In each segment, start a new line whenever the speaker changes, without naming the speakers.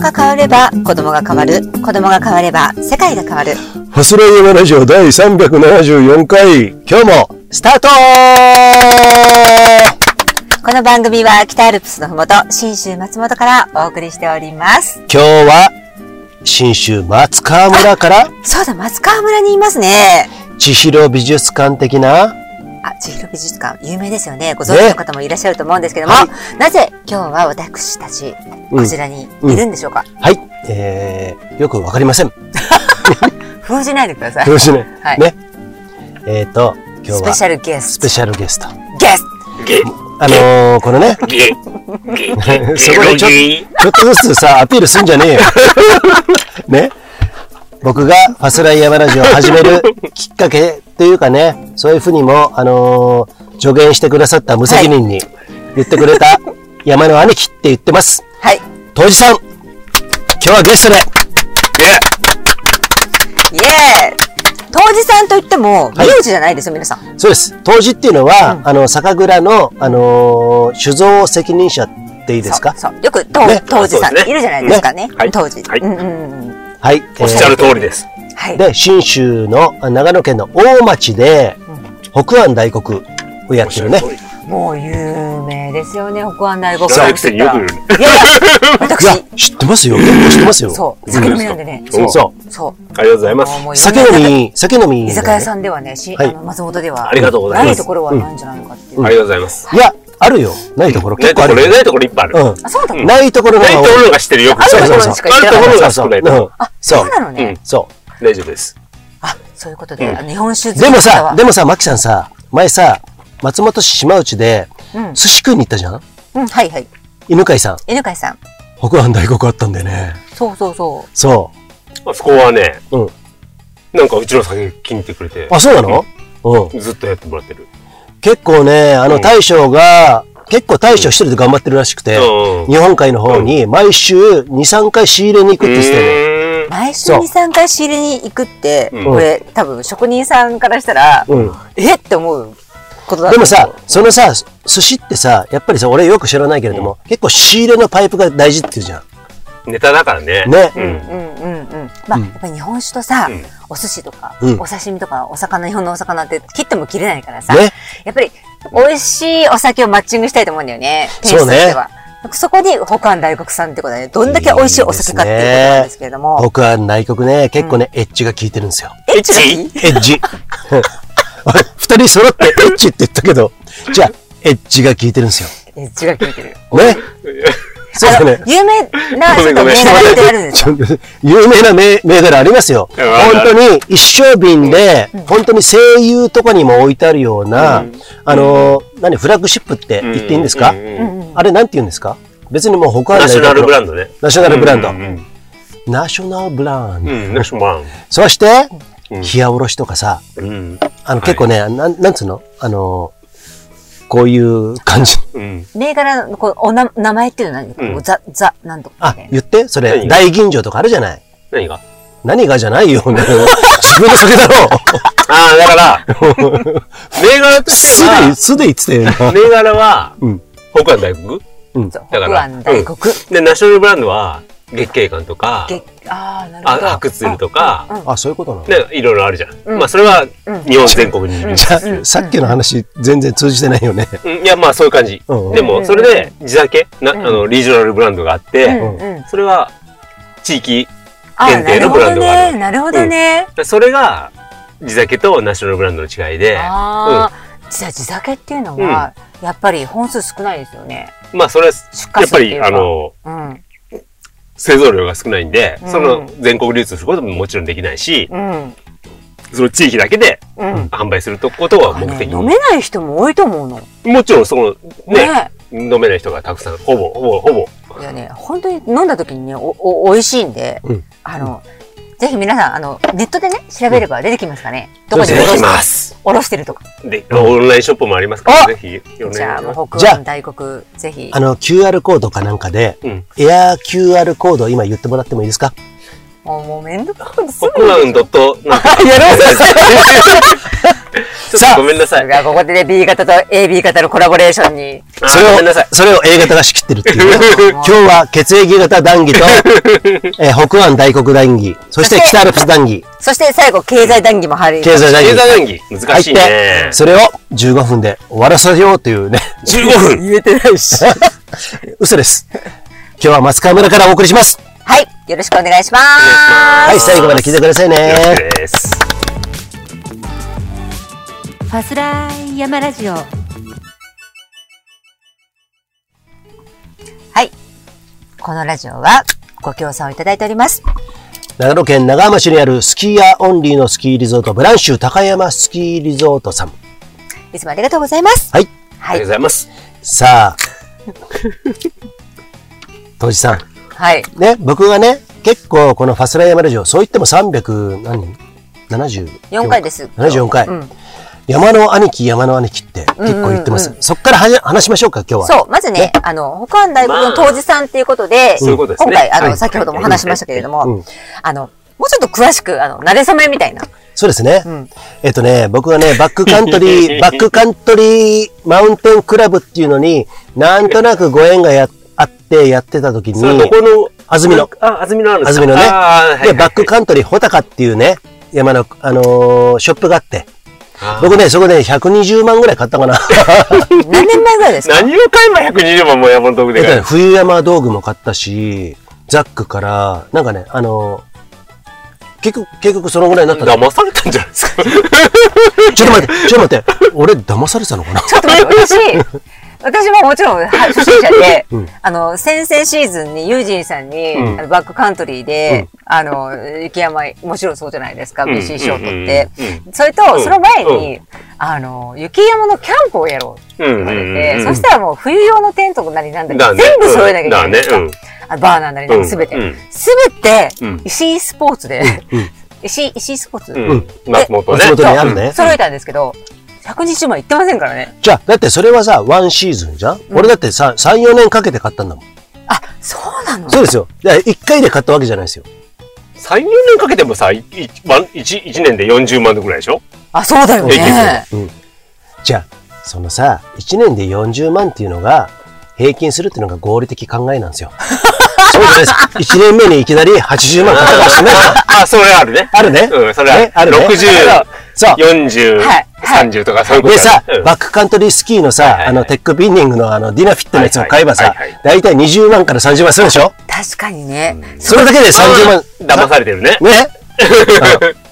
が変われば子供が変わる子供が変われば世界が変わる
ファスレイヤマラジオ第374回、今日もスタート
この番組は北アルプスのふもと信州松本からお送りしております
今日は、新州松川村から、
そうだ松川村にいますね
千尋美術館的な、
あ千尋美術館有名ですよねご存知の方もいらっしゃると思うんですけども、
は
なぜ今日は私たち
うん
こちらにいるんでしょうか、
はい、えー、よくわかりません。
封じないでください
よろしいね。
はい
ね。えっ、ー、と、今
ス
日
ペ
は、
シャルゲス
ス
ト
ペシャルゲスト。
ゲスト
あのー、この ね、そこでちょちょっとずつさ、アピールすんじゃねえよ。ね。僕がファスライヤマラジオを始めるきっかけっていうかね、そういうふうにも、あのー助言してくださった無責任に言ってくれた山の兄貴って言ってます。
はい
当時さん、今日はゲストで、
イエーイ当時さんといっても名
い
字じゃないですよ、皆さん
そうです。当時っていうのは、あの、酒蔵の、あのー酒造責任者っていいですか
そうそうよく当、
ね
当時さん、
そうですね
いるじゃないですかね。
はい
当時、
はい
うんうんうん。
はい。
おっしゃる通りです。
はい。
で、信州のあ長野県の大町で、北安大黒をやってるね。
もう有名ですよね、北安大五
知らないくせによく言うね
いやいや、
いや
私、、
知ってますよ。結構知ってますよ。
そう、酒飲みなんでね。
そう
そ
そう。
ありがとうございます。
もう
う。酒飲み、酒飲み。
居酒屋さ
ん。
んではね、し
はい
あの松本では、
ありがとうございます
ないところはないんじゃないのかっていう。
ありがとうございます。
いや、あるよ。ないところ
ない
結
と
構あ
ころ、
るよ。
ないところいっぱいある。
う
なん
あ、そうだね。
ないところが
いところが知ってるよく。
あ
そう
るところ
そうそう
にしか行って
あ
な
る
か
と
っ
そ
ころが
うそ
少
う。
ないところ。
うん
た。あ、
そ
そう
う。
なのね。
そ
大丈夫です。
あ、そういうことで、
うん
あの日本酒
う。でも
好きな方
さ
は、
でもさ、マキさんさ、前さ、松本市島内で
うん、
寿司食いに行ったじゃん
うん、はいはい。
犬飼さん。
犬飼さん。
北安大黒あったんだよね。
そうそうそ
そ
あそこはね、
う。うん。
なんかうちの酒気に入ってくれて、
あ、そうなのうん。
ずっとやってもらってる。
結構ね、あ
う
の
ん
大将が、結構大将一人で頑張ってるらしくて、
うん
日本海の方に毎週2、3回仕入れに行くって言ってたよね。
う。毎週
そう
2、3回仕入れに行くって、
うん
これ多分職人さんからしたら、
うん。
えって思うことだ
で
と思う
もさ、そのさ、寿司ってさ、やっぱりさ、俺よく知らないけれども、結構仕入れのパイプが大事って言うじゃ
うーんネタだからね。
ん。ね。
うん。
うんうんうん。まあ、やっぱり日本酒とさ、
うん
お寿司とか、
うん
お刺身とか、お魚、日本のお魚って切っても切れないからさ、
ね
やっぱり美味しいお酒をマッチングしたいと思うんだよね、テイストとしては。そこに北韓大国産ってことで、どんだけ美味しいお酒かっていうことなんですけれども。
僕は内国ね、結構ね、エッジが効いてるんですよ。
エッチ
いい
だ
エッジ。 うん俺二人揃ってエッジって言ったけど、じゃあ、エッジが効いてるんですよ。
けエッチが効いてる。
ね。そう
あ
だ
の
ね、。
有名な、ちょっと銘柄ってあるんです
ちょっと有名な銘銘柄ありますよ。
いやわか
本当
る
に一升瓶で、本当に声優とかにも置いてあるような、あのー、何、フラッグシップって言っていいんですか、
ううん
あれなんて言うんですか別にもう他はな
ナ
い
ショナルブランドね。
ナショナルブランド
うんうん
ナショナルブランド。
うん。うんナショナル
そして、
うん
冷やおろしとかさ、
ブラン
あの結構ね、なん、なんつうのあのー、こういう感じ。
ド。うん。
銘柄のこうおな名前っていうのは何、
うん
ザ、ザ、なんとか
あ
みたい、な。
言ってそれ、
何
大吟醸とかあるじゃない
何が
何がじゃない よ、ね。自分の酒だろ
ああ、だから、銘柄とし
す
て
で、
は、
すで言ってたよ今
銘柄は
うん、
北海道大学
そう
だか
北
ら
安大国。
で、ナショナルブランドは、月桂冠とか、
げあーなる
あ
ほど。
白鶴とか、
あ、そういうことなの、
ね、いろいろあるじゃん。
うん
まあ、それは日本全国にいる。
じゃあ、さっきの話、全然通じてないよね。
うんいや、まあ、そういう感じ。
うん
でも、それで、地酒、な、あ
ん
の、リージョナルブランドがあっ
う
て、
んうん。
それは、地域、
あー
限定のブランドがある
なるほどね。
それが、地酒とナショナルブランドの違いで、
ああ、じゃあ地酒っていうのは、やっぱり本数少ないですよね。
まあ、それは、
出
や
荷
っ
数
ぱ
ってい
り、
うか。
あの、
うん
製造量が少ないんで、
うん
その、全国流通することももちろんできないし、
うん
その地域だけで
うん。
販売することが
あ
目
の
的。
飲めない人も多いと思うの。
もちろん、その、ね、
ね。
飲めない人がたくさん、ほぼ、ほぼ、ほぼ。
いやね、本当に飲んだ時にね、お、お、美味しいんで
うん、
あの、ぜひ皆さん、あの、ネットでね、調べれば出てきますかね。どこに
出
お
て
ろ
き
して、
す。
おろしてるとか。
で、オンラインショップもありますから、ぜひ、お願いし
じゃあ、
ます
もう
じ
北
ゃあ
安大国、ぜひ
あ。の、QR コードかなんかで、
うん
エアー QR コード今言ってもらってもいいですか
もう、もうめんどくさいです
コク ラウンドット、なんか、
やろう
ちょ っとごめんなさい。
がここでね B 型と AB 型のコラボレーションに
あー
それ
ごめんなさい
を、。それを A 型が仕切切ってるっていうね。今日は血液型談義と、えー北安大黒談義、そして北アルプス談義、
そして最後、経済談義も入り
経済談
経
義
済談義、難し
入
いね
って、。それを15分で終わらせようというね、
15分
言えてないし。
嘘です。今日は松川村からお送りします。
はい。よろしくお願いしま
はい、
す。
最後まで聞いてください
よろし
ね
く。です。
ファスライヤマラジオ。はい。このラジオは、ご協賛をいただいております。
長野県長浜市にあるスキーヤーオンリーのスキーリゾート、ブランシュ高山スキーリゾートさん。
いつもありがとうございます。
はい。
あ
は
りがとうご
い。
ざいます。
さあ、 当時さん。
はい。
ね、僕がね、結構このファスライヤマラジオ、そう言っても300何、
4
?74
回です。
74回。
うん
山の兄貴、山の兄貴って結構言ってます。そっからはじ話しましょうか、今日は。
そう、まずね、あの、北安大黒の当時さんっていうことで、
そういうことですね
今回、あの、
はい
先ほども話しましたけれども、
うん
あの、もうちょっと詳しく、あの、慣れ初めみたいな。
そうですね。
ん
えっとね、僕はね、バックカントリー、バックカントリーマウンテンクラブっていうのに、なんとなくご縁がやあってやってた時に、
それどこの、
安曇野。
あ、安曇野なんです
安
か
曇野ね。
あーはいはいはい
で、バックカントリー穂高っていうね、山の、あのーショップがあって、
あー
僕ね、そこで120万ぐらい買ったか な。
何年前ぐらいですか
何を買えば120万も山の道具
えっ
で
と
買え
ね冬山道具も買ったし、ザックから、なんかね、あのー結局、結局そのぐらいになった
る
の。
騙されたんじゃないですか。
ちょっと待って、ちょっと待って、俺騙されてたのかな
ちょっと待って、私、私ももちろんは初心者で、あの、先々シーズンにユージンさんに、
うん
あのバックカントリーで、あの、雪山、もちろんそうじゃないですか、
うん
BC 賞取って
うんうん。
それと、
うん
その前に、あの、雪山のキャンプをやろうって言わ
うん
れ
うん
て、そしたらもう冬用のテントなりなんだり、全部揃えなきゃいけないんです
だ
か
ね。
あバーナーなりなん
うん
かすべて
うん。
すべて
うん、
石井スポーツで、 石井、石井スポーツ
うん。うん。松本ね。
松本
そう
にあるね。
揃えたんですけど、120万いってませんからね。
じゃあ、だってそれはさ、ワンシーズンじゃん、俺だってさ、3、4年かけて買ったんだもん。
あ、そうなの
そうですよ。いや、1回で買ったわけじゃないですよ。
3、4年かけてもさ、1年で40万ぐらいでしょ
あ、そうだよ
平均
ね。
うん。じゃあ、そのさ、1年で40万っていうのが、平均するっていうのが合理的考えなんです よ。そうじゃないです。1年目にいきなり80万買ったかも しれない。
あ、それあるね。
あるね。
うん、それある。
ねあるね。
60、
そう。
40、
はいはい
30とかそういうこと
でさ、
うん
バックカントリースキーのさ、
いはい
あの、テックビンディングのあの、ディナフィットのやつを買えばさ、
はいはいはい
だいたい20万から30万するでしょ
確かにね。
それだけで30万。
騙されてる ね。
ね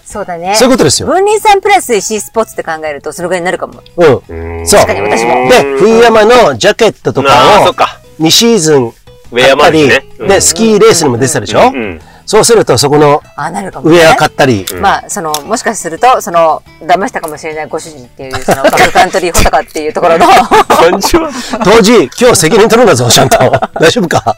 そうだね。
そういうことですよ
分林さんプラス c スポーツって考えると、そのぐらいになるかも。
うん。
うん
そう。
確かに私も
で、冬山のジャケットと
あー
か
そ
を
っか
2シーズン
ウェアもあるしね
買った
う
り
ん
で、スキーレースにも出てたでしょ
うん
そうすると、そこの
あ、なるかも、
ウ
ね。
ェア買ったり、
まあ、その、もしかすると、その、騙したかもしれないご主人っていう、その、バックカントリーホタカっていうとこ ろの、
感じは
当時、今日責任取るんだぞ、ちゃん と。大丈夫か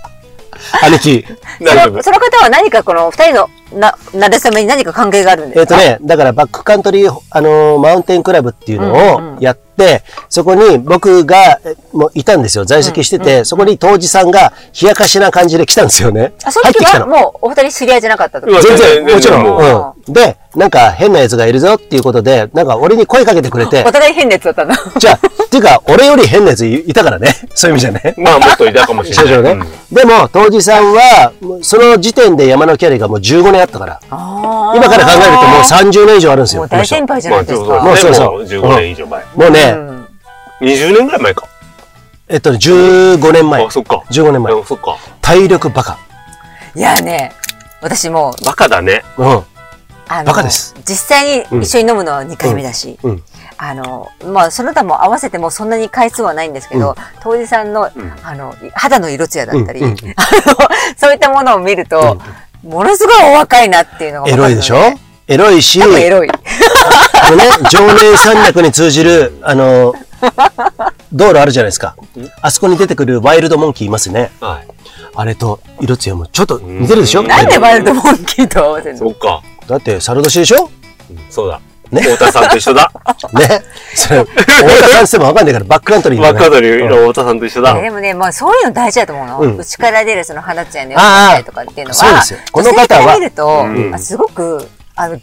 兄貴。
大丈夫。
その方は何かこの、二人の、な、なれそめに何か関係があるんで
えっ、
す
と
か
ね、だからバックカントリー、あのーマウンテンクラブっていうのをやって、そこに僕が、えもういたんですよ。在籍してて、そこに当時さんが冷やかしな感じで来たんですよね。
あ、その
入って
時
きた
は、
の。
もう、お二人知り合いじゃなかったと
う
か
わ。
全然、
全然
もち ろ
全然も
ん、うん。で、なんか変な奴がいるぞっていうことで、なんか俺に声かけてくれて
お、互い変なやつだったんだ。
じゃあ、っていうか、俺より変な奴いいたからね。 そういう意味じゃね。
まあ、もっといたかもし
社
れ
長
な
ね
い。。
でも、当時さんは、もうその時点で山のキャリアがもう15年あったから、
あー
今から考えるともう30年以上あるんですよ。
もう大先輩じゃ
ま
な
あ、
いですか。
もう
そ
そうう
そ
そう
う。でも15年以上前。
この人もうね、
うん
20年ぐらい前か。
えっとね、15年前
あ、。そっか。
15年前
あそっか。
体力バカ。
いやね、私もう、
バカだね。
う
あの
バカです
実際に一緒に飲むのは2回目だし、
うんうん
あの、まあ、その他も合わせてもそんなに回数はないんですけど、当時さんの、
ん
あの、肌の色艶だったり、
うんうん
あの、 そういったものを見ると、ものすごいお若いなっていうのが
ん。エ
分か
ロい
るの
でしょエロいし、
多分エ
あ
ロい。
のね、常年山脈に通じる、あの、 道路あるじゃないですか。あそこに出てくるワイルドモンキーいますね。
はい。
あれと色艶もちょっと似てるでしょ
うん
なんでワイルドモンキーと合わせるの
そっか。
だって、猿年でしょ
そうだ。
ね
太田さんと一緒だ。
ね。それ、俺が感じてもわかんないからバックカントリーだ
バッ
ね
カードリーの太田さんと一緒だ。
でもね、まあそういうの大事だと思うの。
うん
内から出るその花ちゃんの
ああ
やつとかっていうのは、
そうですよこの方は
女性から見ると、
うん
あすごく、あの、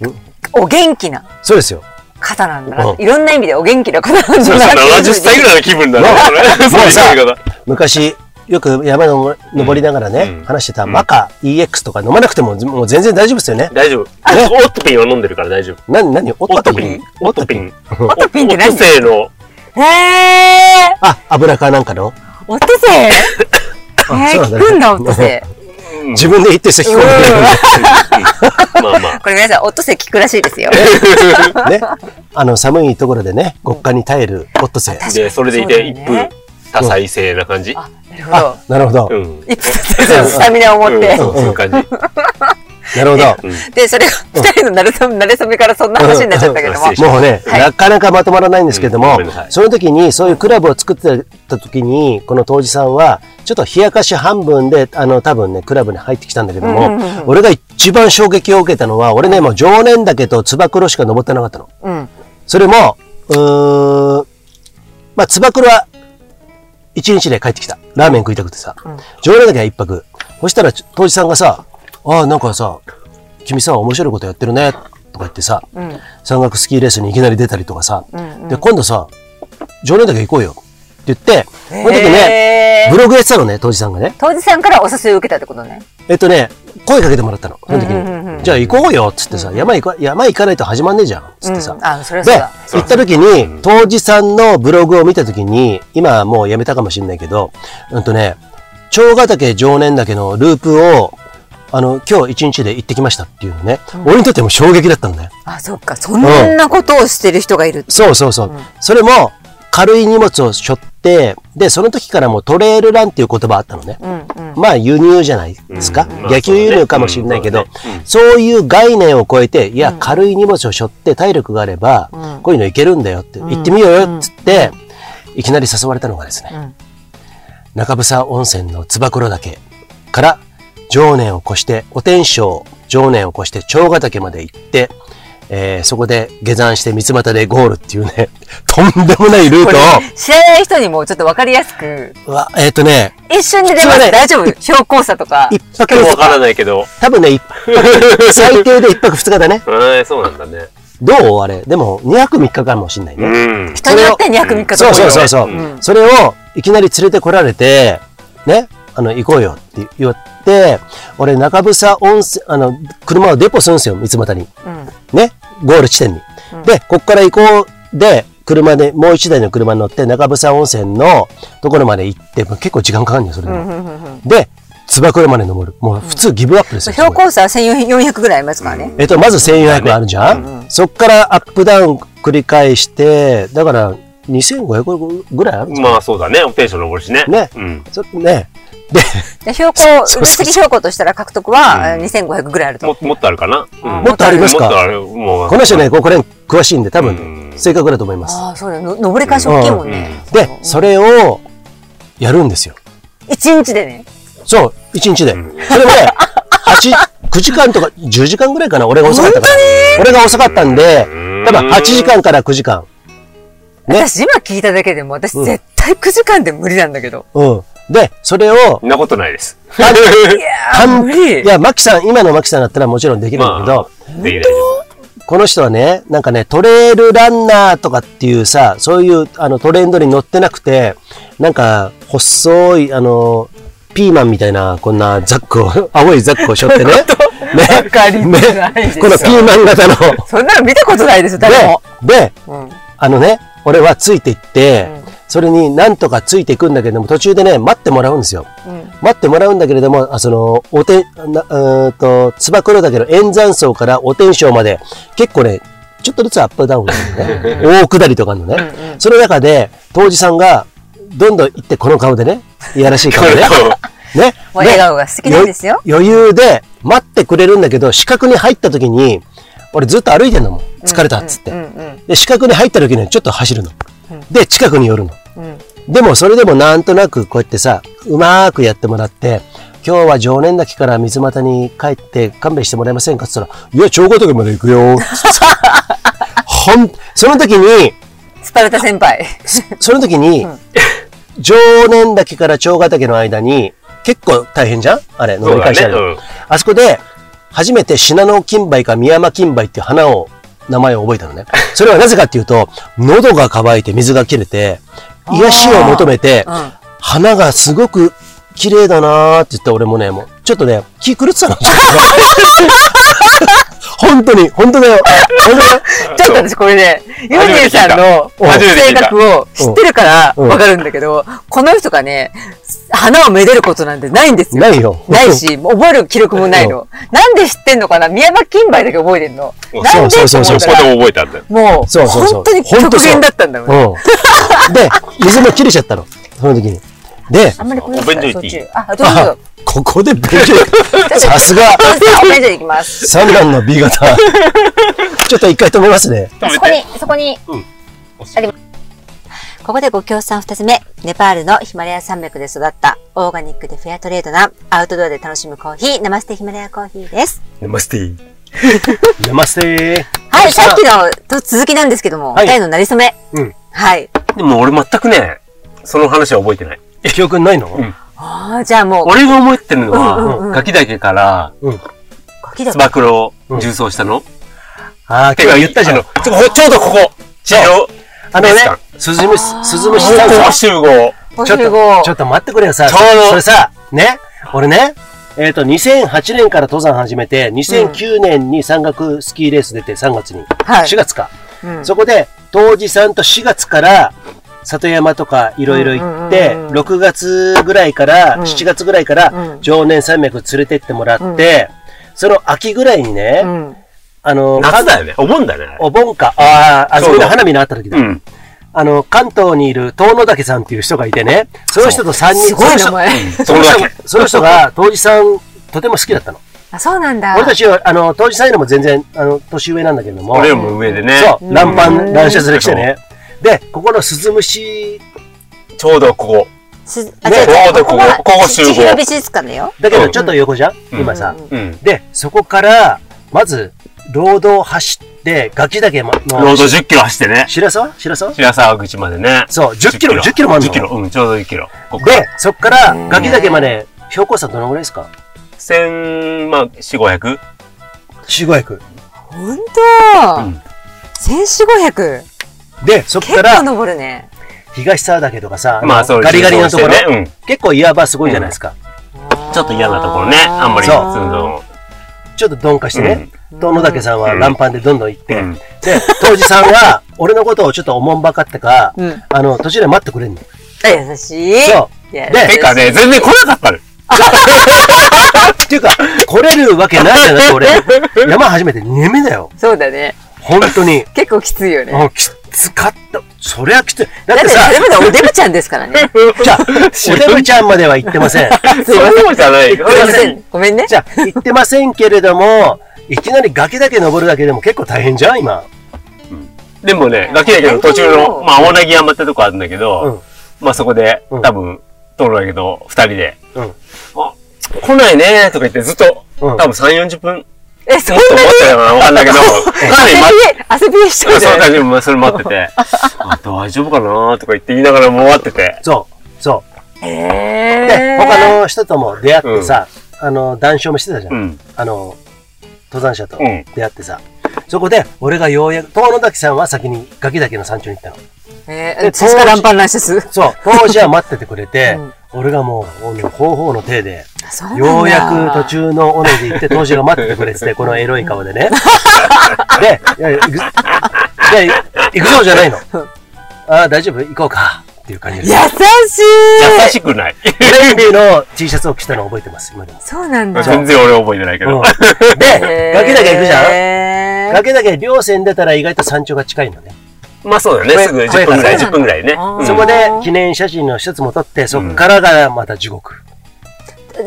お元気な
そうですよ。
方なんだな、
うん
いろんな意味でお元気な方なんだな
そう
って
そう
いうふうに
70歳ぐらいの気分だね。それ
もう
そういう
さ
言い方。
昔、よく山の登りながらね、
うん
話してたマカ EX とか飲まなくても、もう全然大丈夫ですよね。
大丈夫。
え
オットピンは飲んでるから大丈夫。
な、なに、オ
オ
ッ
ッ
タ
ト
ピ
ピ
ン
ン。オットピン。オ
ットピンって何
オットセイの、
へえ
あ、油かなんかの
ー、お手製
あ
え
そう
ー、
なんだ
聞くんだ、お手製。
うん
自分で言ってさ、引っ込んで
ま あまあ。
これ皆さん、オットセイ聞くらしいですよ。
くる。ね。あの、寒いところでね、極寒に耐えるオットセイ。
確か
で、
に
それでい
そうだ
て、
よ
一
ね
夫多妻制な感じ。
あ、なるほど
あ。、なるほど
う。ん。
一発ずつスタミナを持っ
うん
て
そ。うそうい う感じ。
なるほど。
で、それが二人の慣れそめ、慣れそめからそんな話になっちゃったけども。
うん
もうね、
はい
なかなかまとまらないんですけど
うん
も、
ごめんなさい
その時にそういうクラブを作ってた時に、この当時さんは、ちょっと冷やかし半分で、あの、多分ね、クラブに入ってきたんだけども、
うんうんうんうん
俺が一番衝撃を受けたのは、俺ね、もう常年岳とつば九郎しか登ってなかったの。
うん。
それも、うーん、まあ、つば九郎は、一日で帰ってきた。ラーメン食いたくてさ、
ん
常連だけは一泊。そしたら、当時さんがさ、ああ、なんかさ、君さ、面白いことやってるね、とか言ってさ、
うん。
山岳スキーレースにいきなり出たりとかさ、
うんうん
で、今度さ、常連岳行こうよ、って言って、この時
へ、
ね
ー
ブログやってたのね、当時さんがね。
当時さんからお誘いを受けたってことね。
えっとね、声かけてもらったの、その時
うんうんうんう
に。じゃあ行こうよ、っつってさ、山行か、山行かないと始まんねえじゃん、っつってさ
う。んあ、それはそう
で
だ。、
行った時に、当時さんのブログを見た時に、今はもうやめたかもしれないけど、うんとね、長ヶ岳常年岳のループを、あの、今日一日で行ってきましたっていうのね、俺にとっても衝撃だったのね。
あ、そっか。そんなことをしてる人がいる。
そうそうそう。それも、軽い荷物を背負って、で、その時からもうトレイルランっていう言葉あったのね。
うんうん。
まあ輸入じゃないですか、
うん
野球輸入かもしれないけど、
まあそうだねうん
そういう概念を超えて、いや、軽い荷物を背負って体力があれば、
うん
こういうのいけるんだよって、行ってみようよっつって、いきなり誘われたのがですね、
うん
中房温泉のつば九郎岳から、常年を越して、お天正、常年を越して、長ヶ岳まで行って、えーそこで下山して三股でゴールっていうね、 とんでもないルー
こ
ト
れ
を、、
知らない人にもちょっとわかりやすく、
うわ、えっ、とね、
一瞬で出ます。大丈夫。標高差とか。
一泊
今日わ
二
か
日、
らないけど。
多分ね、一 泊最低で一泊二日だね。
うん、そうなんだね。
どうあれ。でも、2泊3日かもしんないうね。
ん。
人によって2泊3日と
そう
か。
そうそううそう、
うん
それを、いきなり連れてこられて、ね、あの、行こうよって言って、俺、中房温泉、あの、車をデポするんですよ、三股に。
うん。
ね、ゴール地点に。で、こっから行こうで、車で、もう一台の車に乗って、中房温泉のところまで行って、もう結構時間かかるんよ、それでも。で、つば九郎まで登る。もう普通ギブアップですよ。すご
標
い
高差1400ぐらいありますからね。
えっと、まず1400あるじゃん、そっからアップダウン繰り返して、だから2500ぐらいあるんです
まあそうだね。テンション登るしね。
ね
うん。
ちょっとね。で、
で標高、累積標高としたら獲得はえー2500ぐらいある
も
と。
もっとあるかな。うん
もっとありますか
もっとある。もう。
この人ね、ここら辺詳しいんで、多
う
分、
ん
正確だと思います。
ああ、そうだよ。の登り返し大きいもんね。
で、それを、やるんですよ。
1日でね。
そう、1日で。それもね、8、9時間とか10時間ぐらいかな、俺が遅かったから。俺が遅かったんで、多分8時間から9時間。ね
私今聞いただけでも私絶対9時間で無理なんだけど。
うん。で、それを
そ、んなことないです。
いやー
半
無理
いや、マキさん、今のマキさんだったらもちろんできるんだけど、
できない
この人はね、なんかね、トレイルランナーとかっていうさ、そういうあのトレンドに乗ってなくて、なんか、細い、あの、ピーマンみたいな、こんなザックを、 青いザックを背 負ってね。ね。
わかりづらいでしょ
このピーマン 型の。
そんなの見たことないですよ、誰も。
で、で、
うん。
あのね、俺はついていって、それになんとかついていくんだけれども、途中でね、待ってもらうんですよ。
うん
待ってもらうんだけれども、あその、おて、なうーんと、つば九郎岳の円山荘からお天正まで、結構ね、ちょっとずつアップダウンなんだよね、大下りとかあるのね、その中で、当時さんが、どんどん行って、この顔でね、いやらしい顔 でね。ね。
もう笑顔が好きなんですよ
余裕で待ってくれるんだけど、視覚に入った時に、俺ずっと歩いてんのもん。疲れたっつって。で、視覚に入った時にはちょっと走るの。で、近くに寄るの。でも、それでもなんとなくこうやってさ、うまーくやってもらって、今日は常年岳から水俣に帰って勘弁してもらえませんかって言ったら、いや、長ヶ岳まで行くよ。ほん、その時に、
スパルタ先輩。
その時に、常年岳から長ヶ岳の間に、結構大変じゃんあれ、登り返したり、
そうだねうん
あそこで、初めて信濃金梅か宮間金梅っていう花を、名前を覚えたのね。それはなぜかっていうと、喉が渇いて水が切れて、癒しを求めて、
うん
花がすごく綺麗だなーって言った俺もね、もう、ちょっとね、気狂ってたの。ちょっと 本当に、本当だよ。本当だよ。
ちょっと私これね、ユージンさんの
初めて聞
性
いた
格を知ってるからわかるんだけど、この人がね、花をめでることなんてないんですよ。
ないよ
ないし、覚える記録もないの。なんで知ってんのかな宮間金梅だけ覚えてんの。
そう
なんでって
そう
思
そ
っ
う
た
そう
こ
ら
れも覚えたんだよ。
もう、
そうそうそう
本当に極限だったんだよね。
うん。で、水も切れちゃったの。その時に。で、
あんまりこういう
お便所行
そっ
っ
て
いい
ち。あ、どう
あ
ぞ。
ここで便所行く。さすが、
お便所行きます。
三男の B 型。ちょっと一回止めますね。
食べ
そこ
て。
に、そこに、
うん
ここでご協賛二つ目。ネパールのヒマラヤ山脈で育った、オーガニックでフェアトレードな、アウトドアで楽しむコーヒー、ナマステヒマラヤコーヒーです。
ナマス ティ。
ナマステ
はい、さっきのと続きなんですけども、
はい
タイのなりそめ。
うん
はい。
でも俺全くね、その話は覚えてない。
ー。記憶にないの
うん
ああ、じゃあもう、
俺が覚えてるのは、
うんうんうん
ガキだけから、
ガキだ
つ。ば九郎重装したの、
ああ、
てか言ったじゃん。ちょちょうどここ地上
あのね
ですか、
スズムシ、スズムシさん
高
さ
校集合
お
ちょっ
昼
と
ご、
ちょっと待ってくれよさ。
ちょうど
それさ、ね、俺ね、えっ、と、2008年から登山始めて、2009年に山岳スキーレース出て、3月に。
はい
4月か。
うん
そこで、当時さんと4月から、里山とかいろいろ行っ
うんう
て、
んうんうん
6月ぐらいから、
うん
7月ぐらいから
う、ん
常年山脈連れてってもらって、その秋ぐらいにね、
うん。
あの、
夏だ
よ。
よね。お盆だよね。
お盆か、ああ、あ
そう
そこで花火のあった時だ。
うん。
あの、関東にいる遠野岳さんっていう人がいてね、その人と3人、
すごい名
その人
前。
そ
その
のだけ。
人その人が、当時さん、とても好きだったの。
あ、そうなんだ。
俺たちは、あの、当時さんよりも全然、あの、年上なんだけれども、
俺よりも上でね。
そう、乱パン、乱シャツで来て
う
ね。で、ここの鈴虫
ちょうどここ。
すあ、
ね
違う違う。
ここでここここ集合
千尋美術館だよ。
だけ
う
ど
ん
ちょっと横じゃん、
うん
今さ、
うん
うん。
で、そこから、まず、ロードを走って、ガキ岳の、
ロード10キロ走ってね。
白沢白沢
白沢口までね。
そう、10キロ、10キロもあるの。
10キロ。うん、ちょうど10キロ。ここ。
で、そこから、ガキ岳まで、標高差どのぐらいですか
千、まあ、四五百
?4、500。
本
う
当
ん。
千四五百。
で、そこ
結
か
構
ら、
登るね。
東沢岳とかさ、
まあ、そう
ガリガリのところ、
重装してね。
結構岩場すごいじゃないですか。
うん。ちょっと嫌なところね。あんまり、
そう
その
ちょっと鈍化してね、遠野岳さんは
うん
乱パンでどんどん行って、
うん
で、当時さんは、俺のことをちょっとおもんばかったか、
うん
あの、途中で待ってくれんの。
あ優しい。
そう。
いや。
で
てかね、全然来なかったの。
っていうか、来れるわけないじゃなく俺、山初めて2年目だよ。
そうだね。
本当に。
結構きついよね。
もうきつかった。そりゃきつい。だ
だ
っ
ってて
さ
そ、れまでおデブちゃんですからね。
じゃあ、おでぶちゃんまでは行ってません。
すいません。
そうじゃない
ごめんなさ
よ。
い。ごめんね
じ。ゃあ、行ってませんけれども、いきなり崖だけ登るだけでも結構大変じゃん、今。
でもね、ガキだけど途中の、まあ、大なぎ山ってとこあるんだけど、まあそこで、
うん
多分、通るんだけど、二人で、
うん。
あ、来ないねとか言ってずっと、
うん
多分3、40分、もっ
え、そ
と
ん
思
な
ったようなわかんないけど、かなり待っ
汗びえ、汗びえしちゃう
て、
じ
そ
ゃ
の
ない
感じもそれ待ってて、あ大丈夫かなとか言って言いながらもう待ってて、
そう、そう。
へ
で、
ー
他の人とも出会ってさ、あの、談笑もしてたじゃん。
うん。
あの、登山者と
うん
出会ってさ。そこで、俺がようやく、遠野滝さんは先に崖だけの山頂に行ったの。
え
で
ー、確かランパンランシス。
そう、当時は待っててくれて、
うん
俺がもう、方法の手で、
そうなんだ
ようやく途。中の尾根で行って、当時が待っててくれ てて、このエロい顔でね。で、いやいや、行く、いやいや行くぞじゃないの。ああ、大丈夫行こうか。っていう感じで
優
す。
しい
優しくない。
トレンディの T シャツを着たのを覚えてます、今でも。
そうなんだ。
全然俺覚えてないけ
う
ど
ん。 で、
へー
崖だけ行くじゃん
へー
崖だけ稜線出たら意外と山頂が近いのね。
まあそうだよね、すぐ
これ
10分ぐらい、
そう
10分ぐらいね。
あー
うん
そこで記念写真の一つも撮って、そっからがまた地獄。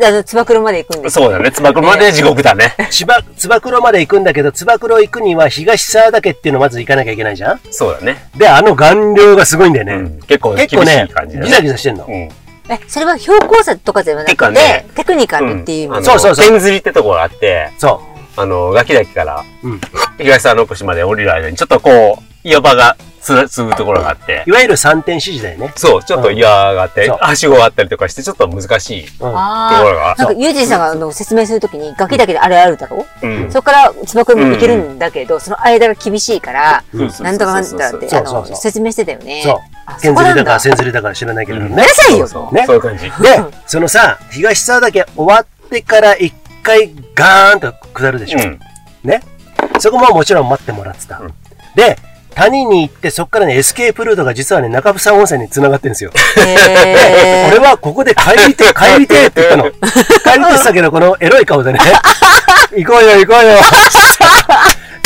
あの、つばくろまで行くんです。
そうだね、つば九郎まで地獄だね。
千葉、つば九郎まで行くんだけど、つば九郎行くには東沢岳っていうのまず行かなきゃいけないじゃん
そうだね。
で、あの顔料がすごいんだよね。
うん結構厳し
結構ね
い感じ、だ
ギザ
ね。
ギザしてんの。
うん
え、それは標高差とかではな
てか
く
ね
て、テクニカルっていう意
あ
味
の
で。
そうそうそう
天釣りってとこがあって、
そ
あの、ガキダキから、
う。うん。
東沢の島まで降りる間に、ちょっとこう、岩場がつな続くところがあって
い、わゆる三点指示だよね。
そう、ちょっと岩があって
そう、
はしごがあったりとかして、ちょっと難しいと
うん。
あ
こ
あ。
ろが。
なんか、ユージンさんがあの説明するときに、ガキだけであれあるだろ
うん
そこから、つばくろも行けるんだけど、その間が厳しいから、
そうそうそうそう
なんとかなんだって、
そう
あ
そうそう
の、説明してたよね。
そう。
そ
県
こ
釣
な
りだ
ん
か
だ。
千釣りだか知らないけれども
う
ね
る。さい
そう
よ。
そう。
ね
そういう感じ。
で
うん、
そのさ、東沢岳終わってから一回ガーンと下るでしょ。
うん。
ね。そこももちろん待ってもらってた。
うん
で、谷に行って、そこからね、エスケープルートが実はね、中房温泉に繋がってるんですよ。
へ
俺
ー
はここで 帰りてえ、帰りてえって言ったの。帰りてえって言ってたけど、このエロい 顔でね、行こうよ、行こうよ。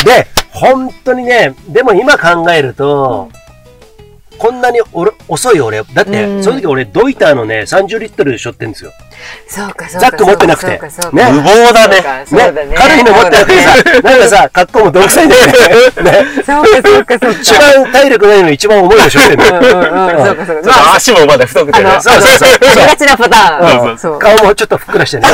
で、本当にね、でも今考えると、こんなに俺遅い俺。だって、
うん
その時俺、ドイターのね、30リットル背負ってんですよ。
そうか、そうか。
ザック持ってなくて
そうかそうか
ね
無謀だね。
そうだね。
軽いの持ってなくてさ、なんかさ、格好もどくさいんだよ ね。ね
そうか、そうか、そうか。
一番体力ないのに一番重いの背負ってんだ
うんう
よ。
んうん、そうか、そうか。
ちょっと足もまだ太くてね。
あの
そうそうそう
ありがちなパター
そ
ン。
う
そう。
顔もちょっとふっくらしてね。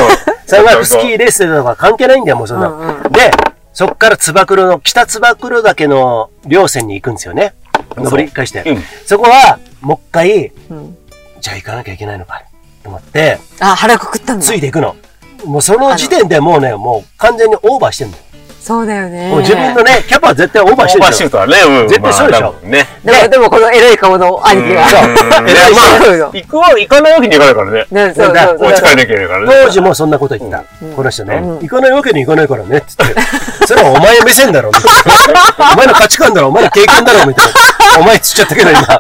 山岳スキーレースとか関係ないんだよ、もうそんな。
うん
で、そっからつば九郎の、北つば九郎岳の稜線に行くんですよね。
そう
登り返して。
うん
そこは、もう一回、
うん
じゃあ行かなきゃいけないのか、と思って、
あ、腹くくったんだ
つ。いていくの。もうその時点でもうね、もう完全にオーバーしてるの。
そうだよね。
もう自分のね、キャパは絶対オーバーして
オ
るん
ーバー
です
シュ
よ
ー。トはね、うん。
絶対そうでしょ
まあ多分ね。
でも、でもこのエロい顔の兄貴が。
そう
うん
え
いやまあ
そうよ
行くは、行かないわけにいかないからね。
ね、そう
だ
そう
お
そう。
家帰らなきゃいけないからね。
当時もそんなこと言った。この人ね、
うん
行かないわけにいかないからね、つって。それはお前目線だろ、みたいな。お前の価値観だろ、お前の経験だろ、みたいな。お前つっちゃったけど、今。で、
ま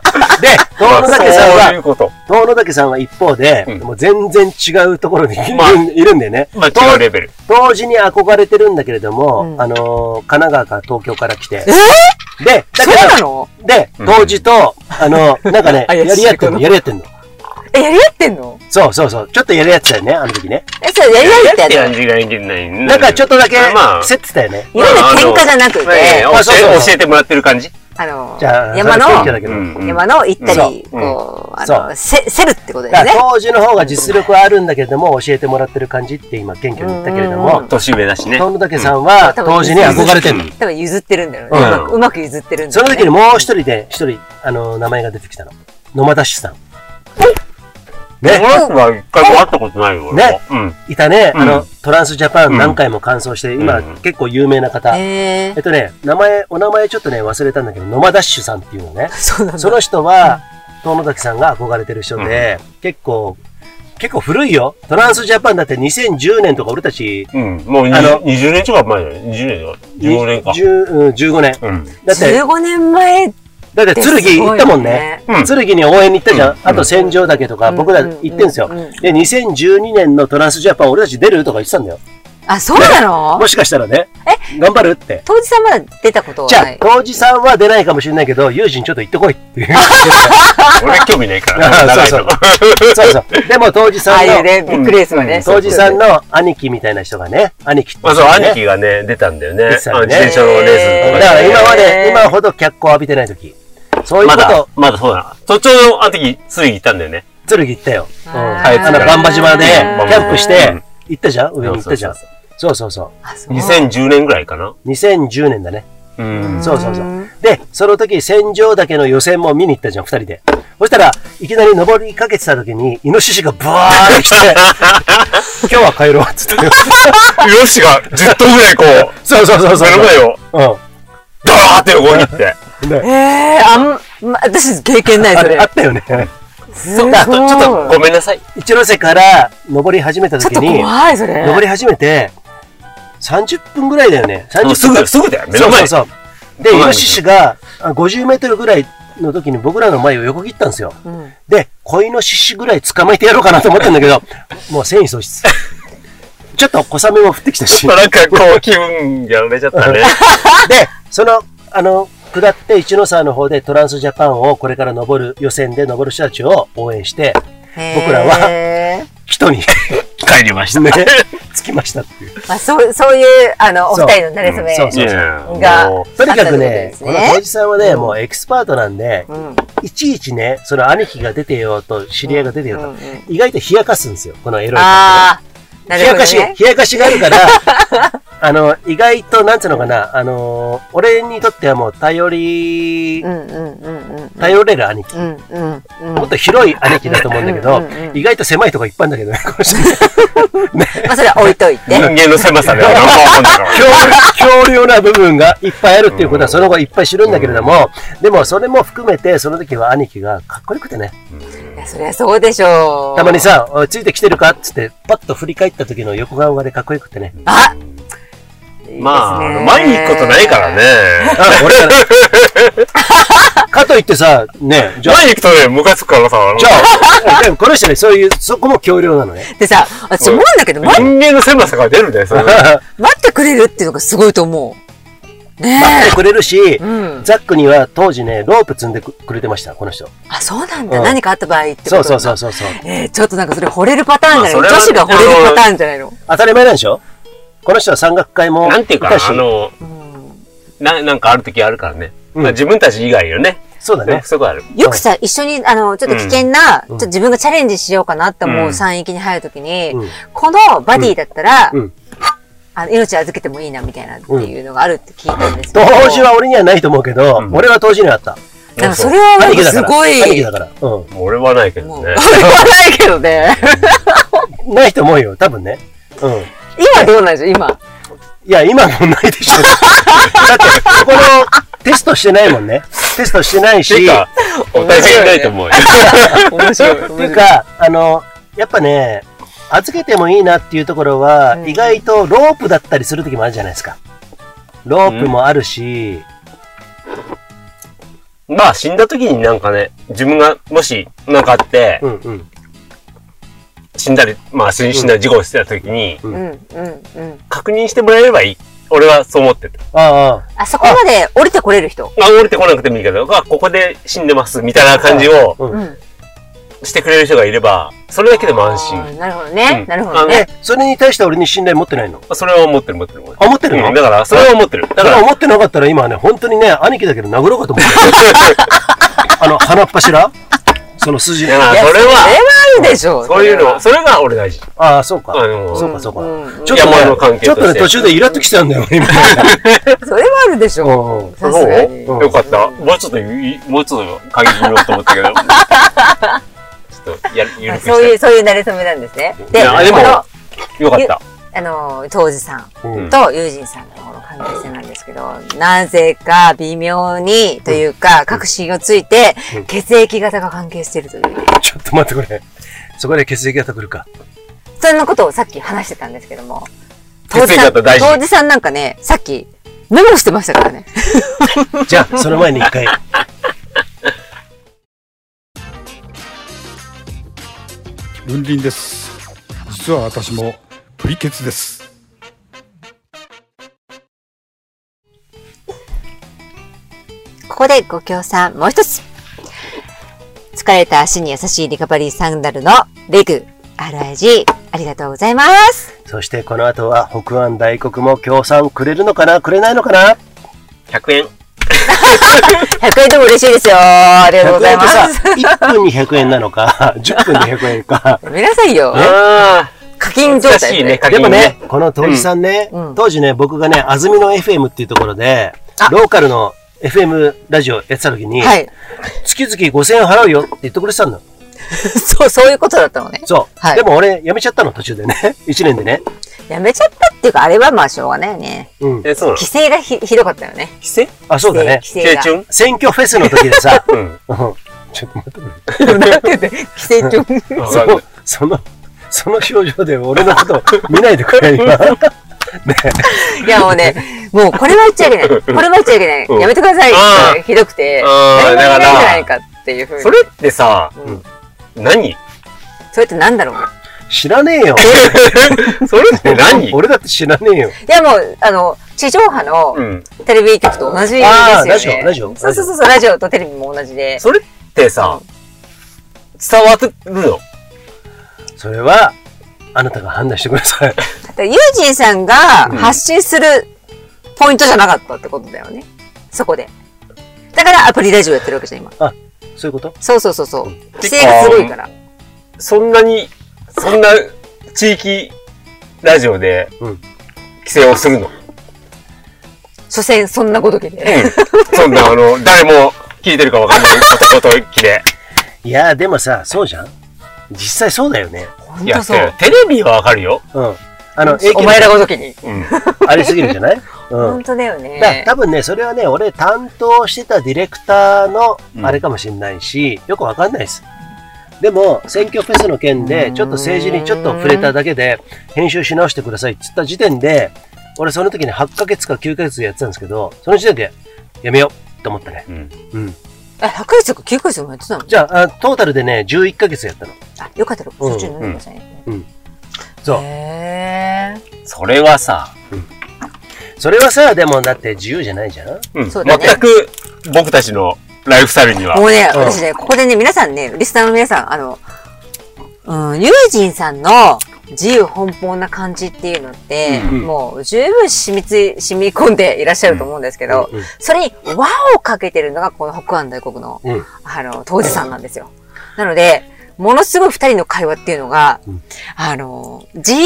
遠
あ
野
そ
岳さん
ういう
は、
こと。
遠野岳さんは一方で、
うん
もう全然違うところにいる,、
まあ
いるんだよね。
まあ、
当
違うレベル。
当時に憧れてるんだけれども、
うん
あのー神奈川から東京から来て。
え
で、
ー、
だ
そうな
けど、
の
で、当時と、あのーなんかね、や
怪しい
り合ってんの、やり合ってんの。
え、やり合ってんの
そうそうそう。ちょっとやり合ってたよね、あの時ね。
え、それやり合ってや
や
つ
り合ってないね。
なんかちょっとだけ
まあ、
競ってたよね。
いわゆる喧嘩じゃなくて、
ね
まあ
教
そうそう
え
そう
教えてもらってる感じ。
あの
じゃあ、
山
それ謙虚だ
の、
けど
うんうん
山の行ったり、
うん
こう、あ
そ
の、せ、せるってことです
だか
ね
ら。当時の方が実力はあるんだけれども、教えてもらってる感じって今、謙虚に言ったけれど
うんう
も
ん、
年上だしね。
遠野武さんは
うん
当時に憧れてるの
うん。
多分譲ってるんだろうね。うまく
うん
うまく譲ってるんだ
そ
ろ
の
うね。
時にもう一人で、一人、あの、名前が出てきたの。野間ダッシュさん。
ね。
ね、
僕は一回も会ったことないよ、俺
ね
も。うん。
いたね、
うん
あの、トランスジャパン何回も完走して、今
うん
結構有名な方。え
へえ
っとね、名前、お名前ちょっとね、忘れたんだけど、野間ダッシュさんっていうのね。
そうなん
そ
だ。
の人は、遠野崎さんが憧れてる人で、結構、結構古いよ。トランスジャパンだって2010年とか俺たち、
うん。もうに
あの
20年近く前だよね。20年よ。15年か。
10うん15年。
うん。
だって、
15年前
だって剣行ったもんね。
うん。
剣に応援に行ったじゃん。
うん
あと戦場だけとか、
うん
僕ら行ってんすよ。
うん
で、2012年のトランスジャパン俺たち出るとか言ってたんだよ。
あ、そうなの
もしかしたらね、頑張るって。
当時さんまだ出たことは
じゃ
な
あ
い、。
当時さんは出ないかもしれないけど、友人ちょっと行ってこいっ ていう。
俺興味ないから。
そう
長 い
そ
と
う。そうそう。でも当時
あ
さ
あ
ん
いう
の、
ね、ビッグレースは
う
ね。
ん
当時さんの兄貴みたいな人がね、兄貴って
ま
人
あそう、
がね
兄貴がね、出たんだよね。あの
出て
自
たよね
転車のレース
だ
と
か
か
ら
で。
今まで、
へー
今ほど脚光を浴びてない時。そういう
ま
こ
だ
と、、
まだそうだな。途中のあの時、つい行ったんだよね。
剣行ったよ。うん。
あ
ー
あの、バンバ島で、キャンプし
う
て
ん、
行ったじゃん上に行ったじゃん
そう。
そうそうそ
あそう。
2010年ぐらいかな。
う。2010年だね。
うん。
そうそうそううんで、その時、戦場岳の予選も見に行ったじゃん、二人で。そしたら、いきなり登りかけてた時に、イノシシがブワーって 来て、今日は帰ろう、っつ って。
よしが10頭ぐらいこう、
そうそうそうそう。
目の前を、
う
ドーって横に行って。
ん。で、
えー、あん、ま、私経験ない、
あ
そ
れ
れ
あ。ったよね。
そう
あと、ちょっとごめんなさい。
一ノ瀬から登り始めた
ちょっ
時
と
に、
怖い、それ。
登り始めて、30分ぐらいだよね。30
もう
分
すぐ、すぐだよ。目の前。
そうそうそう。で、イ
目の前
ノシシがあ50メートルぐらいの時に僕らの前を横切ったんですよ。
うん
で、子イノシシぐらい捕まえてやろうかなと思ったんだけ ど、もう繊維喪失。 ちょっと小雨も降ってきたし
ま。あなんかこう、気分がめちゃったね。
で、その、あの、下って一ノ沢の方でトランスジャパンをこれから登る予選で登る人たちを応援して、僕らは
へー
人 に
帰りました
ね、つきましたっていう。
まあ、そう、そういう、あの、お二人の馴れ初め。
そうそう
いや
うが
も
とにかく
あったってことで
ね、
す
こ
ね
のおじさんはね、
うん
もうエキスパートなんで、
うん。
いちいちね、その兄貴が出てようと、知り合いが出てようと、
うんうん
意外と冷やかすんですよ、このエロい感
ああ、
じ
な
ね。冷
る
や
ほど
かし、
ね。
冷やかしがあるから、 あの、意外と、なんつうのかな、あの、俺にとってはもう頼り
う、んうんうんうん。
頼れる兄貴。
うんうんうん。
もっと広い兄貴だと思うんだけど
うんうんう、ん
意外と狭いとこいっぱいあるんだけどね、 この人ね
まあそれは置いといて。
人間の狭さでは何もわかんないから。
強強量な部分がいっぱいあるっていうことはその後いっぱい知るんだけれども、でもそれも含めて、その時は兄貴がかっこよくてね、
いやそりゃそうでしょう。
たまに。さ、おいついてきてるかっつって、パッと振り返った時の横顔がでかっこよくて ね、
あ
まあ、あの前に行くことないから。
いいですね
ね。
あ、俺だね かといってさ、ね、じゃあ、
前に行くとね、ムカつくからさ、
じゃあ、でもこの人ね、そういう、そこも強量なのね。
でさ、私思うんだけど、待
人間の狭さが出るんだ よ、それ。
待ってくれるっていうのがすごいと思う。ね
待ってくれるし
え。う、ん。
ザックには当時ね、ロープ積んでくれてました、この人。
あ、そうなんだ。
うん
何かあった場合ってこと
そうそう
う。
そうそうそう。
えー、ちょっとなんかそれ惚れるパターンじゃない、
まあ
女
そ
子
れは
が惚れるパターンじゃないの。
当たり前なんでしょこの人は山岳会も
なんていうかな、
し
あの、
うん
ななんかある時あるからね。
うん
まあ自分たち以外よね。
そうだね。
そこある。
よくさ、一緒に、あの、ちょっと危険な、ちょっと自分がチャレンジしようかなって思
う
うん山域に入るときに、
うん
このバディだったら、
うん
あの命預けてもいいなみたいなっていうのがあるって聞いたんですけ
当
ど。
時は俺にはないと思うけど、
うん
俺は当時にはあった。
なんかそれは
兄貴だか
す
ら。
ごい、
兄貴だから。う
もう俺はないけ
も
ど
う、
ね。
言わないけど ね。
ん。ないと思うよ、多分ね。うん。
今どうなんでしょう今。
いや、今もうないでしょ。 だって、ここのテストしてないもんね。テストしてないし、
ていう か、お互いないと思うよ。
面白い。
っていうか、あの、やっぱね、預けてもいいなっていうところは、
うん
意外とロープだったりするときもあるじゃないですか。ロープもあるし、
まあ死んだ時になんかね、自分がもしなんかあって、
うんうん。
死んだり、まあ死ん死んだり事故してた時に、
うんうんうん。
確認してもらえればいい。俺はそう思ってた。
ああああ、
あそこまで降りてこれる人。
あ、降りてこなくてもいいけど、あ、ここで死んでます、みたいな感じを
うん
うん。
してくれる人がいれば、それだけでも安
あ
心。
ーなるほどね。
うん
なるほど
え
ね。、
それに対して俺に信頼持ってないの
それは思ってる、思ってる。
あ、持ってるの、
うんだから、それは思ってる。だ
だ
か
から
ら、
思ってなかったら今はね、本当にね、兄貴だけど殴ろうかと思って たあの、鼻っ柱その筋
い。や、
いや
それ
それ
は、
あるでしょ
そういうの、それが俺大事。
ああ、そうか。
あの
そうか、そうか。
うんうん
ちょっと
山の
ね
関、係
ちょ
と
っ
して
とね、途中でイラっときてたんだよ、 今。
それはあるでしょ
うん
さすがに。
うん
よかった。もうちょっといい、もうちょっと鍵決めようと思ったけど。ちょっと、や、ゆ
あ
るく
そういう、
し
そういう慣れ初めなんですね。で、
い
こ
やでも
の、
て。よかった。
あの、当時さん
うん
と友人さんのこの関係性なんですけど、なぜか微妙にというか、確信をついて
うん、
血液型が関係してるという。
ちょっと待って、これ。そこで血液型来るか。
そんなことをさっき話してたんですけども。
血液型大事
当時さんなんかね、さっきメモしてましたからね。
じゃあ、その前に一 回。
文林です実は私もプリケツです
ここでご協賛、もう一つ。疲れた足に優しいリカバリーサンダルのレグ、RIG、ありがとうございます。
そして、この後は、北安大国も協賛くれるのかなくれないのかな
100円。
100円でも嬉しいですよ。ありがとうございま
さ
す。、
1分に100円なのか、10分 に100円か。
見なさいよ。
あ
課金
あ、
状
難
態
しいね、
で
鍵
も
も
ね
ね。、
この当時さんね、
うんうん
当時ね、僕がね、安曇野 FM っていうところで、ローカルの FM ラジオやってた時に、
はい。
月々5000円払うよって言ってくれてたんだ。
そう、そういうことだったのね。
そう。
はい
でも俺、辞めちゃったの、途中でね。1年でね。
やめちゃったっていうか、あれはまあしょうがないよね。
うん。
え、そうなの
規制がひひどかったよね。
規制
あ、そうだね。
規制
規制
が。
中
選挙フェスの時でさ、
うん。
うんちょっと待ってくれ。
なんて 言って規制中。
わ
そ
かんない
の、その、その表情で俺のこと見ないでくれ、今。ね
いやもうね、もうこれは言っちゃいけない。これは言っちゃいけない。
うん
やめてくださいってひどくて、
あ
何
ー
も言えないんじゃない
だか
かっていうふうに。
それってさ、
うん
何
それってなんだろう
知らねえよ。
それって何
俺だって知らねえよ。
いやもう、あの、地上波
う
の
ん。
テレビ局と同じですよね。
あーラジオラジオ
そうそうそうそう、ラジオとテレビも同じで。
それってさ、伝わってるの
それは、あなたが判断してください。
だからユージンさんが発信するポイントじゃなかったってことだよね。そこで。だからアプリラジオやってるわけじゃん、今。
そういうこと
そうそうそうそう。規制がすごいから。
そんなに、そんな地域ラジオで
うん、
規制をするの。
所詮そんなことけで。
うん。そんな、あの、誰も聞いてるかわかんないこと言で
いやーでもさ、そうじゃん実際そうだよね。
本
や
当
っ
そ
てる
う。。
テレビはわかるよ。
うん。あの、
お前らごときに。
うん。
ありすぎるじゃないうん
本。当だよ
だから
ね。
多分ね、それはね、俺担当してたディレクターのあれかもしれないし、よくわかんないです。でも、選挙フェスの件で、ちょっと政治にちょっと触れただけで、編集し直してくださいって言った時点で、俺その時に8ヶ月か9ヶ月やってたんですけど、その時点でやめようと思ったね。
うん。
うん。
あ、100ヶ月とか9ヶ月もやってたの
じゃあ、あトータルでね、11ヶ月やったの。
あ、よかったら、
うん
そっちに飲んでくださいね。
そう。
へ
それはさ、
それはさ、でもだって自由じゃないじゃん
うん。
そうだね
全く僕たちのライフスタイルに
ーも
は。
うね、
うん
私ね、ここでね、皆さんね、リスナーの皆さん、あの、うん、友人さんの自由奔放な感じっていうのって、
うん
もう十分染みつい、染み込んでいらっしゃると思うんですけど、
うんうん
それに輪をかけてるのがこの北安大国の、
うん
あの、当事さんなんですよ。なので、ものすごい二人の会話っていうのが、
うん
あの、自由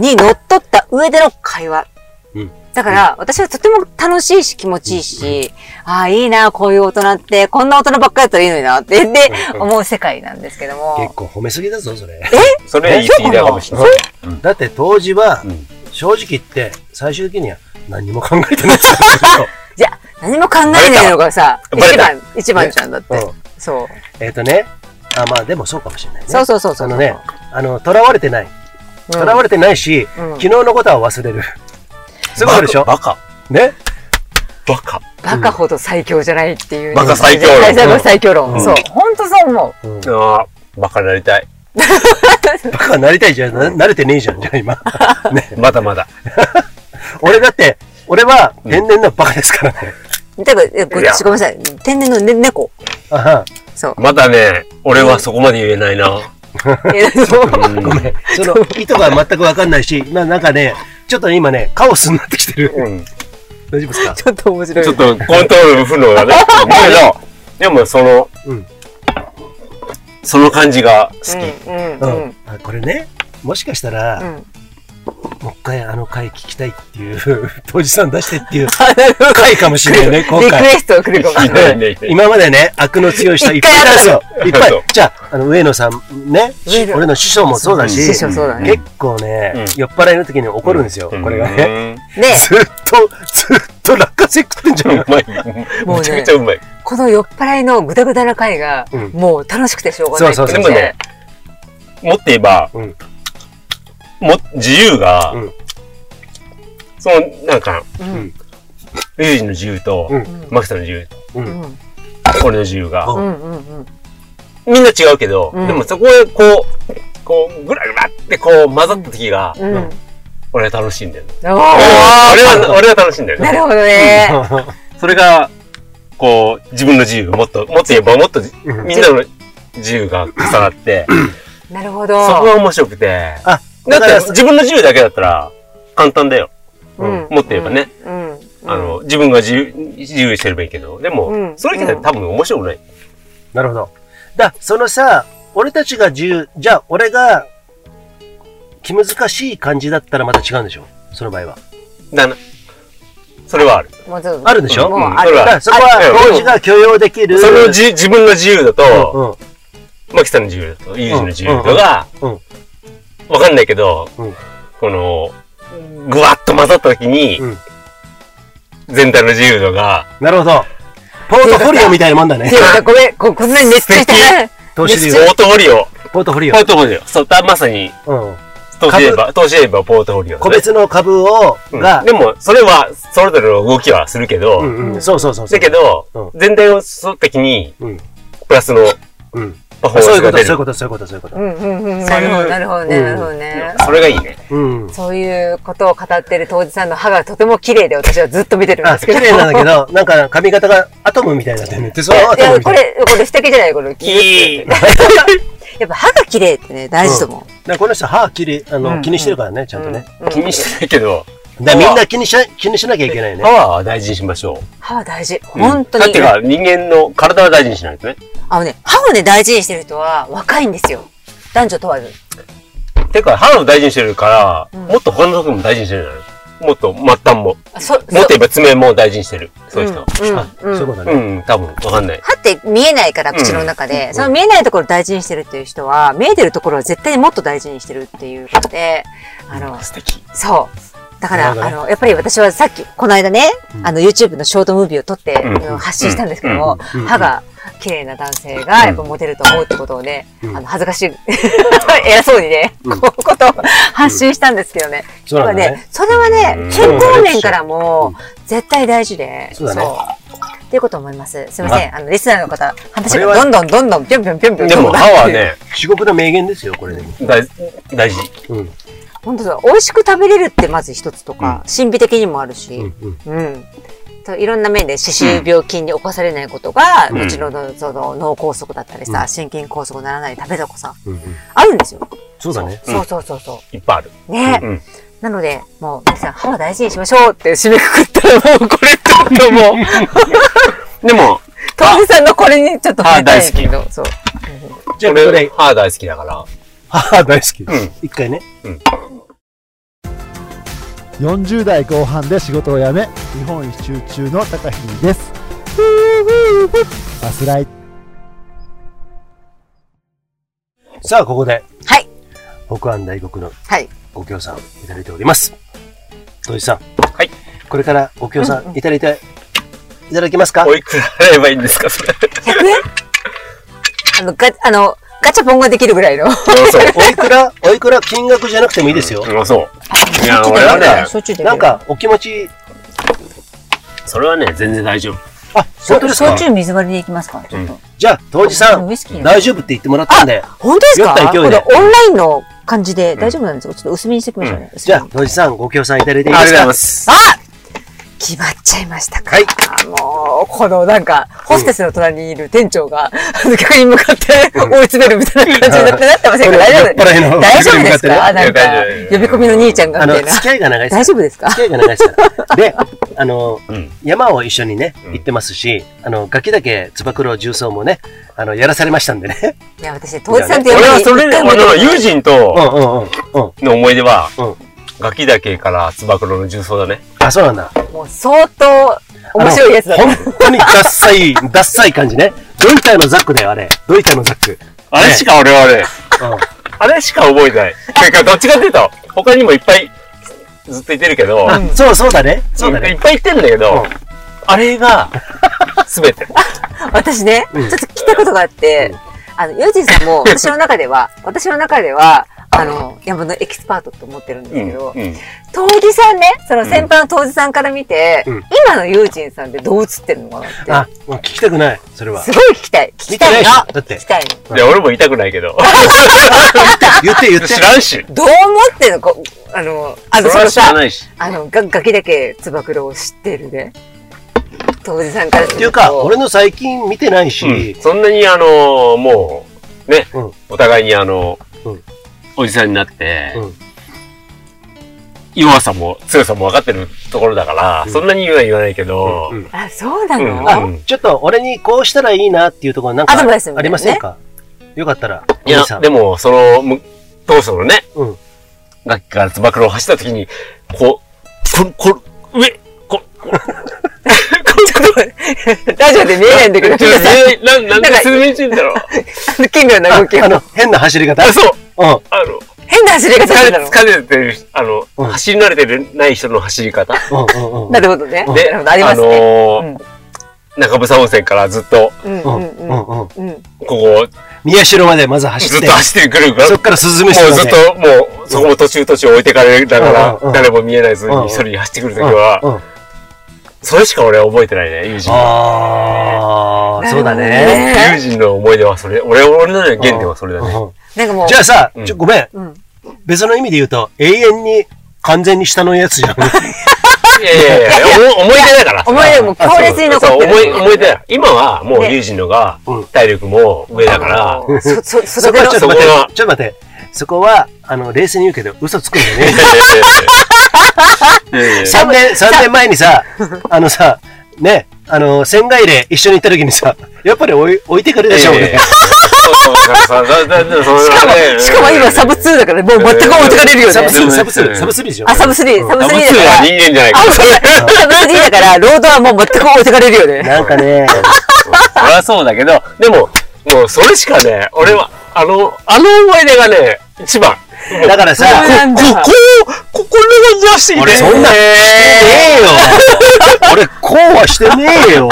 に乗っ取った上での会話。
うん
だから、私はとても楽しいし気持ちいいし、ああ、いいな、こういう大人って、こんな大人ばっかりだったらいいのになって、で、
うんうん
思う世界なんですけど
結
も。
構褒めすぎだぞ、それ。
それ言い過ぎだかもしれない。
だって当時は
うん、
正直言って、最終的には何も考えてないです
じゃあ、何も考えないのがさ、
バレ
一
た
番、一番じゃんだって。
うん
そう。
えっ、とね、あ、まあでもそうかもしれないね。
そうそうそうそう。
あのね、あの、囚われてない。
う
囚
ん
われてないし、
うん
昨日のことは忘れ る。そういうことでしょ
バカ。
ね
バカ。
バカほど最強じゃないっていう、
バカ最強論
論。最強論。
うん
そう。本当そう思う。
うんバ
ああ、バカになりたい。
カになりたいじゃん。な慣れてねえじゃん、じゃあ今。
まだまだ。
俺だって、俺は天然のバカですからね。
だから、えご
いや
ごめんなさい。天然の、ね、猫。
あは
そう。
まだね、俺はそこまで言えないな。
えそう
うん
ごめん。その、意図が全くわかんないし、まあなんかね、ちょっと今ね、カオスになってきてる。
うん
大丈夫ですか
ちょっと面白い。
ちょっとコントロール不能だ ね。だけど、でもその、
うん
その感じが好 き。
うん、う
う
んん、うん。
あこれね、もしかしたら、
うん
もう一回あの回聞きたいっていう、 当時さん出して っていう回かもしれないね、今
リク
回。
エストをくるかもしれない。
回
ね今までね、悪の強い人いっぱいいたんですよ。い
一
っぱ
回ある
い。じゃあ、あの、上野さんね、
上野
俺の師匠もそうだし、
師匠そうだね。
結構ね、
うん
酔っ払いの時に怒るんですよ、これがね。
ね。
で、
ずっと、 ずっと落下性食ってんじ
う
ゃん。
まい。
もうね
めちゃくちゃうまい。
この酔っ払いのぐだぐだな回が、
うん
もう楽しくてしょうがない
そう
でもね、もっと言えば、
うん
も自由が、
うん
その、なんか、
うん
ユージの自由と、
うん
マキさんの自由と、
う。
うんん
俺の自由が、
う
うんうんうん
みんな違うけど、
うん
でもそこへこう、こう、ぐらぐらってこう混ざった時が、
うんうん
俺は楽しいんだよ。
お
俺
ー
は、俺は楽しいんだよ
なる
ね。
ほどね。
それが、こう、自分の自由がもっと、もっと言えばもっと、
うん
みんなの自由が重なって、
なるほ
そこ
ど。
が面白くて。
あ、だ
だっ
から
て、自分の自由だけだったら、簡単だよ。
うん
もっと言えばね。
うん。
あの、自分が自由、自由にしてればいいけど、でも、
うん
それだけで多分面白くない。
なるほど。だ、そのさ、俺たちが自由、じゃあ俺が気難しい感じだったらまた違うんでしょその場合は。
だな。それはある。
うん、もうちょっと
あるでしょ
もう
うん
ある
それ
だ
は
からそこは
あ
当時が許容できる。
そのじ自分の自由だと、
うん。
マキさんの自由だと、ユージの自由だとが、
うんうん
わかんないけど、
うん
この、ぐわっと混ざった時に、
うん
全体の自由度が、
なるほど。ポートフォリオみたいなもんだね
って。いうかごめん、ここんなに熱中して。
投資で言う。
ポートフォリオ。
ポートフォリオ
ポ。ートフォリオ。そう、たまさに、
うん。
投資で言えば、投資で言えばポートフォリオだ
個
ね。
別の株を、
うん
が
で、も、それは、それぞれの動きはするけど、
うんうん。そうそうそう。
だけ、ど、
う
全体をそう的に、
うん。
プラスの
うん。
パフォー
そう
マ
い
ン
う
ス
こ
が
と、
出る。
そういうこと、そういうこと、そういう こ
う
と。
んうんうん。
そう
な
いう
るほど、なるほどね。
うん
なるほどね。
それがいいね。
うん。
そういうことを語ってる当時さんの歯がとても綺麗で私はずっと見てるん
あ、
ですけ
綺
ど。
麗なんだけど、なんか髪型がアトムみたいになってるね。で、そ のア
い
トム
や、
み
こ
たいな。
れ、これ素敵じゃないこれ。
キー
やっぱ歯が綺麗ってね、大事と思う。
なんかこの人、歯切り、あ
う
の、
ん
気にしてるからね、ちゃんとね。
うん
気にしてないけど、
だからみんな気にしな、気にしなきゃいけない
パ
ね。
ワーは大事にしましょう。
歯は大事。本当
だっ
に
て。か、人間の体は大事にしないとね。
あのね、歯をね、大事にしてる人は若いんですよ。男女問わず。
てか、歯を大事にしてるから、
うん
もっと他のとこも大事にしてるじゃないもっと末端も。
そ、そ
もっと言えば爪も大事にしてる。そういう人は。
うん、うん、。
そういううんことだ
う
ね。
ん、多分わかんない。
歯って見えないから、口の中で、その見えないところを大事にしてるっていう人は、見えてるところを絶対にもっと大事にしてるっていうことで、あの、
素敵。
そう。だから、
なるほど
あ
ね
の、やっぱり私はさっき、この間ね、あの、YouTube のショートムービーを撮って、
うん
あの発信したんですけども、歯が綺麗な男性が、やっぱモテると思うってことをね、あの、恥ずかしい、 偉そうにね、こうことを発信したんですけどね。
そうなんだね
やっぱそれはね、
うん
健康面からも、絶対大事で、
そうだね
うっていうことを思います。すみません。あの、リスナーの方、話がどんどんどんどん、ぴょんぴょんぴょんぴょん。
でも歯は、ね、
至極の名言ですよ、これでも。
大大事。
うん。
本当だ。美味しく食べれるってまず一つとか、神秘的にもあるし、
うんうん。
うん。といろんな面で歯周病菌に侵されないことが、
うん
もちろんのその脳梗塞だったりさ、心筋梗塞ならない食べたこさ、
うんうん。
あるんですよ。
そうだね。
そうそうそうそ
いっぱいある。
う。ね、
うん。
なので、もう皆さん歯を大事にしましょうって締めくくったらもうこれちょっとも う、
でも、
トムさんのこれにちょっと触
歯
れたい
大好き
けど、そう。
じゃあ、こ
俺
れ、
歯大好きだから。
母大好き
うん。
一回ね。
40代後半で仕事を辞め日本一周中の高ひにですバスライ
さあ、ここで、
はい。
北安大国の
はい。
ご協賛いただいております。土井さん。
はい。
これからご協賛いただいて、いただけますか
おいくら払えばいいんですか、それ。
100円あの、ガ、あの、ガチャポンができるぐらいの。
そう。
おいくら、 おいくら金額じゃなくてもいいですよ。
うんそう。い や、俺
な
は
んか
ね、
しょっちゅうできる
なん、か、お気持ち、
それはね、全然大丈夫。
あ、
しょ
本
っ
当です
しょっ
か
ちゅう水割りでいきますから、ちょっと。
じゃあ、当時さ
うん
ん
ウイスキー、の
大丈夫って言ってもらったんで、
本当ですか
酔った勢いで
これオンラインの感じで大丈夫なんですか、ちょっと薄めにしておきましょうね。薄
じ
め
ゃ
に
あ、当時さん、ご協賛いただいていい
あ
で
りがとうご
す
ざ
か
います。
あ決まっちゃいましたか。
はい
もう、このなんか、ホステスの隣にいる店長が、あの客に向かって追い詰めるみたいな感じになってなってませんか大丈夫
酔っ払いの
大丈夫です
客に向か
か
ね
なんか
いや大丈、
呼
夫
び込みの兄ちゃんが
あ
み
の、
たいな
付。き合いが長いですから。
大丈夫 ですか
付き合いが長いですから。で、あの、
うん
山を一緒にね、
うん
行ってますし、あの、ガキだけ、つば九郎重曹もね、あの、やらされましたんでね。
いや、私、当時さんって呼
俺はそれで、俺は友人
う
と
んうんうんうん。
の思い出は
うん、
ガキ岳からつば九郎の重曹だね。
あ、そうなんだ。
もう相当面白いやつだ
あ
った。
の本当にダッサい、 ダッサい感じね。ドイターのザックだよ、あれ。ドイターのザック。
あれしか俺はね、
うん。
あれしか覚えてない。てか、どっちかっていうと、他にもいっぱいずっといてるけど、
あ、そうそうだね。そうだ
い
ね。
っぱい言ってんだけど、あれが、すべ て。
私ね、
うん
ちょっと聞いたことがあって、あの、ユージンさん も、私の中では、私の中では、あの、山のエキスパートと思ってるんです
うん
けど、
うん
当時さんね、その先輩の当時さんから見て、
うん
今のユージンさんってどう映ってるのかなっ
あ、もう聞きたくない、それ
て。
は
す。ごい聞きたい。聞きたいの。
見てないしだって
聞きたい
いや、俺も言いたくないけど、
言って言って。
知らんし。
の。どう思ってるのこうあの、あ
そ
の、
れ
そ
は
の
知ら
さ、
ないし。
あの、ガガキだけつば九郎を知ってるね。当時さんからすると。
っていうか、俺の最近見てないし、
そんなに、あの、もう、ね
うん、
お互いに、あの
うん、
おじさんになって
うん、
弱さも強さも分かってるところだから、そんなに言うは言わないけど
う、ん
あ、そうなの、
うんうん
ちょっと俺にこうしたらいいなっていうところなんか
アドバイスみたいなね
ありませんかよかったら、
い
お
や
兄さ、ん
でも、その、む当初のね、
うん
楽器からつば九郎を走った時に、こう、こ、こ、上、こ、こ、
ちょっと待って、ラジオで見えないんだけど、
ちょっと見えないなん、なんで説明してんだろう。
あの近所の動き
あ
を
あ。の、変な走り方。
あ、そう、
うん。
あの、
変な走り方して
疲
た
れ、
の。
疲れてる、あの、
うん
走り慣れてるない人の走り方。
うんうんうんうん
なるほどね。な
で、
るほど、ありますね。
のー中房温泉からずっと、
うん
う
うんんうん。
うんうん
うん、
ここ、
宮代までまず走
ず
っ
ってと、走ってくるから、
そ
も
っから鈴虫
う
ま
ずっ
で。
と、もう、そこも途中途中置いてかれなが
うんうんうん
ら、誰も見えないず
うんうん
に一人走ってくるとき
う
は、
んうん
それしか俺は覚えてないね、友人は。
ああ、そうだね。
ね
友人の思い出はそれ。俺、俺の原点はそれだね。
うん
なんかもう
じゃ、あさ、
うん
ちょ、ごめん。
うん、
別の意味で言うと、永遠に完全に下のやつじゃん。
いやいやいや、おも思い出だから。
思い出も強烈に残
そう
って
思い、
る。
思い出だよ。今はもう
ね
友人のが
うん
体力も上だから、
ら、そ、そ、そ
そ
れでの
こはちょっと
そ
待
こ
っ
は
て、ちょっと待って。そこは、あの、冷静に言うけど、嘘つくんじゃ ねえよ。
いやいやい や
3年、三年前にさ、あのさ、ね、あの、仙外で一緒に行った時にさ、やっぱり置い置いてくれたでしょ、
いやいやい
俺
や。そうそうだだそれ
しか
は
も、
ね
しかも今サブ2だから、もう全く置いてかれるよね。
サブ
ツー
3、サブ3、サブ3でしょ。
あ、サブ3、サブ3だ
サブ
か
2
ら
は。人間じゃな
あ、
いから。
そうだ。サブ3だから、ロードはもう全く置いてかれるよね。
なんかね、
そりゃそうだけど、でも、もうそれしかね、俺は、あの、あの思い出がね、一番。
だから さ、
そうなんだ
こう、ここに出して
俺
そんな、ねえよ。 俺、こうはしてねえよ。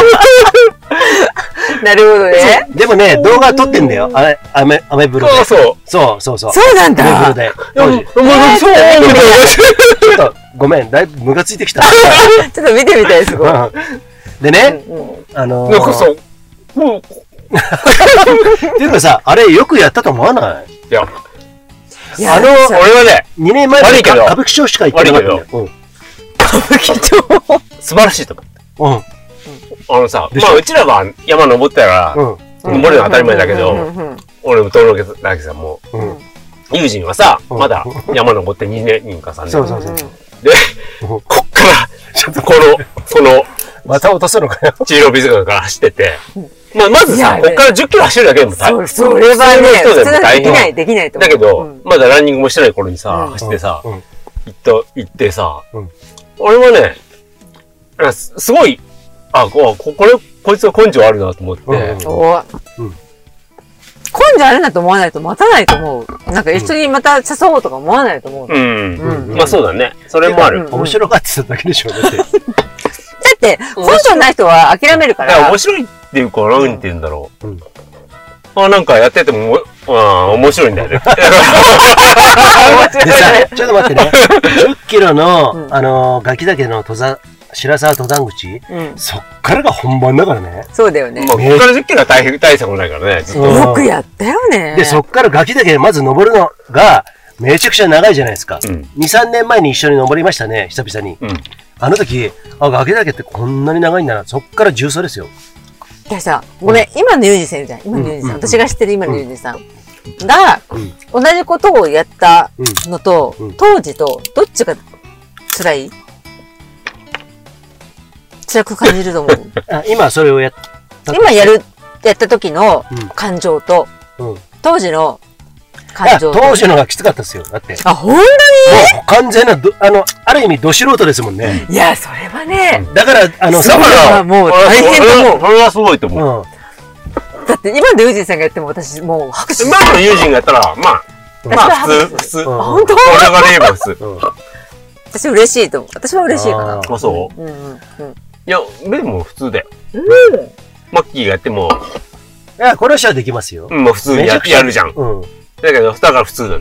なるほどね。
でもね、動画撮ってんだよ。あれ、アメ、アメブロで
そう。そ
そう
う。
そうそう。
そうなん
アメブロ
だ。
で。
でも
当
も
時
うそう思う
ちょっと、ごめん、だいぶムカついて きた。
ちょっと見てみたい、すごい。
うんでね、あのー
なんかそう、もう、
っていうかさ、あれよくやったと思わない
いや、
いや
あの、
俺はね、
2年前ま
悪
で
いけ
歌
ど
舞伎町しか行ってなかったんだよ。
素晴らしいと
う
思
ん。
う。あのさ、
でしょ
まあ、うちらは山登ったから、
うん。
登るのは当たり前だけど、
うんうんうんうん
俺も登録だけさ、もう、
うん。
友人はさ、
うん
まだ山登って2年人か3年。
そうそうそうそう。
で
うん、
こっから、ちょっとこの、その、
また落とすのかよ。
治療美術館から走ってて、まあ、まず
いや
さ、こっから10キロ走るだけでも大
そ
変
う、。それはね、普
普通の人
通
でも
はでき
大
ない、
変。
できないと思
だ
う。
け
う
ど
ん、
まだランニングもしてない頃にさ
うん、
走ってさ、
うん
行った、行ってさ
うん、
俺はね、なんかすすごい、あ、こう、ここれ、こいつは根性あるなと思って、
うん
お
うん
根性あるなと思わないと待たないと思う。なんか一緒にまた誘おうとか思わないと思う。だ
うん。
うん
まあそうだね。それもある。
うん
面白がってただけでしょ、だって。
って、根性ない人は諦めるか
だから
ら
面、白いっていうか、なんて言うんだろう。
うん
あ、なんかやってても、 あ面白いんだよね。
でさ、 ちょっと待ってね。10キロの、
うん
あのー、ガキ岳の登山、白沢登山口、
うん、
そっからが本番だからね。
そうだよね
まあ、。こっから10キロは大変、大したことないからね。ずっと
うん
よくやったよね。
で、そっからガキ岳まず登るのが、めちゃくちゃ長いじゃないですか。
うん
2、3年前に一緒に登りましたね、久々に。
うん。
あの時、あ、崖岳ってこんなに長いんだな。そっから重曹ですよ。
でさ、ごめん、今のユージさんいるじゃん。今のユージさん。
うん
私が知ってる今のユージさん。が、
うん
同じことをやったのと、
うんうん
当時と、どっちが辛い辛く感じると思う。
あ今それをやった。
今やる、やった時の
うん
感情と、
うん。
当時の
いや
感情と。
当時のがきつかったですよ。だって。
あ、ほん
もう完全など、あの、ある意味、ど素人ですもんね。
いや、それはね、
だから、あの、
すごい
さ
だからもう大変だもん
それはすごいと思う。
うん。
だって今のユージさんがやっても私もう拍手。
今の友人がやったら、まあ、
うん
まあ、普通、普通。
うん
あ本当
俺がね、今普通。
うん
私嬉しいと思う。私は嬉しいかな
あ。ー
あ、そう
うんうんうん。
いや、でも普通だよ。マッキーがやっても、
いや、これはしたらできますよ。
うん、まあ普通に
めち
や
ゃくちゃ
やるじゃん。
うん。
だけど、だから普通なんだ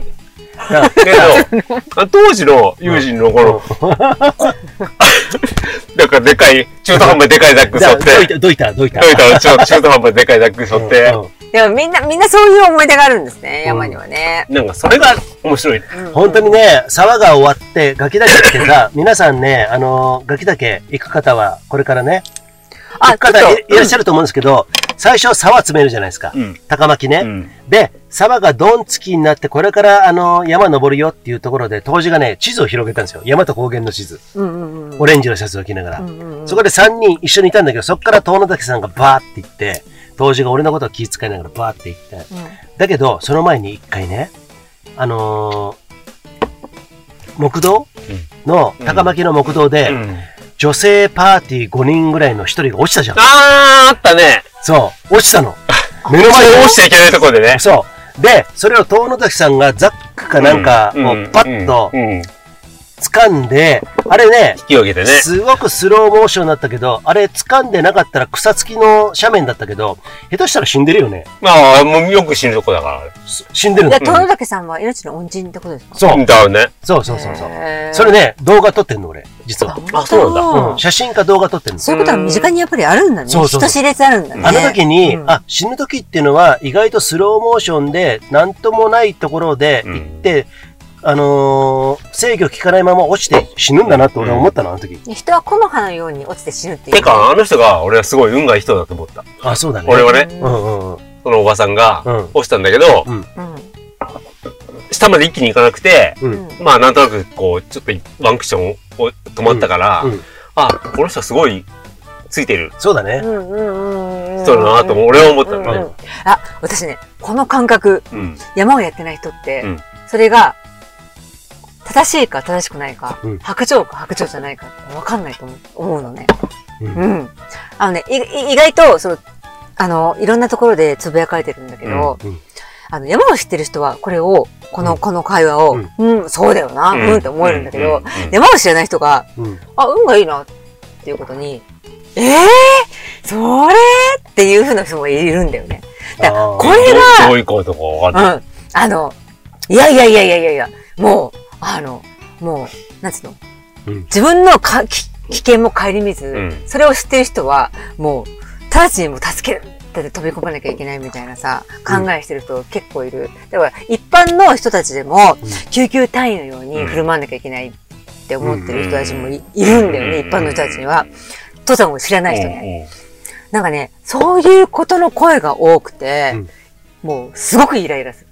よ。
だか
けど、あ当時の友人の頃、なんかでかい、中途半端でかいザック
ら
背負
だ
って、
ど
ど
いた、どいた、どいた。
ういたら中中途半端でかいザック背負って、
う
でもみんな、みんなそういう思い出があるんですね、山にはね。
なんかそれが面白い。
ん本当にね、沢が終わって、ガキ岳ってさ、 皆さんね、あの、ガキ岳行く方は、これからね、行
あ、
く
ちょっ
方いいらっし
と、
ゃると思うんですけど、最初沢詰めるじゃないですか。
うん。
高巻ね。
うん。
で、沢がドンつきになって、これからあの山登るよっていうところで、当時がね、地図を広げたんですよ。山と高原の地図。
うんうんうん。
オレンジのシャツを着ながら。
うんうんうん
そこで3人一緒にいたんだけど、そこから遠野岳さんがバーって行って、当時が俺のことを気遣いながらバーって行って。だけど、その前に一回ね、あのー木道の、高巻の木道で、女性パーティー5人ぐらいの1人が落ちたじゃん。
あー、あったね。
そう、落ちたの。目
目
の
の
前
前
に
に
落ち
落ちちゃいけないところでね。
そう。で、それを遠野崎さんがザックかなんか
うん
をパッと
うんうんうん
掴んで、あれね、
引き上げてね。
すごくスローモーションだったけど、あれ掴んでなかったら草付きの斜面だったけど、下手したら死んでるよね。
まあ、もうよく死ぬとこだから。
す死んでる
い
の
や、。殿岳さんは命の恩人ってことですか
そう。
だよね。
そうそうそうそう。
へー
それね、動画撮ってんの俺、実は。
あ、
そうなん
だ
うん写真か動画撮ってんの。
そういうことは身近にやっぱりあるんだね。
そうそうそう
人知れずあるんだね。
あの時に、
うん
あ、死ぬ時っていうのは意外とスローモーションで、なんともないところで
うん
行って、あのー制御効かないまま落ちて死ぬんだなって俺は思ったの、あの時。
人は木の葉のように落ちて死ぬっていう。
てか、あの人が、俺はすごい運がいい人だと思った。
あ、そうだね。
俺は
う
ね、
ん、
う
うん
んうんうん。
そのおばさんが
うん、
落ちたんだけど、下まで一気に行かなくて、
う
うん
ん。
まあ、なんとなく、こう、ちょっとワンクッションを止まったから、
うん
あ、この人はすごい、ついてる。
そうだね。
うんうんうん。
人だなとも俺は思った。
うんうん
う
あ、私ね、この感覚、
ん。うん。
山をやってない人って、
うん
それが、正しいか正しくないか、
うん
白鳥か白鳥じゃないかって分かんないと思う思うのね。
う
うんん。あのね、い意外と、その、あの、いろんなところでつぶやかれてるんだけど、
うんうん
あの、山を知ってる人は、これを、この、
うん
この会話を、
うん
うん、そうだよな、うん、って思えるんだけど、山を知らない人が、
うん。
あ、運がいいなっていうことに、ええー、それっていうふうな人もいるんだよね。だから
あー
これが、
どういうことかわかんない。
うん。あの、いやいやいやいやいやいや、もう、あの、もう、なんつうの、
うん
自分のかき危険も顧みず、
うん
それを知ってる人は、もう、直ちにもう助けるって飛び込まなきゃいけないみたいなさ、考えしてる人結構いる。だから、一般の人たちでも、救急隊員のように振る舞わなきゃいけないって思ってる人たちもい,、るんだよね、
うん
一般の人たちには。登山を知らない人ね。
うんうん
なんかね、そういうことの声が多くて、
うん
もうすごくイライラする。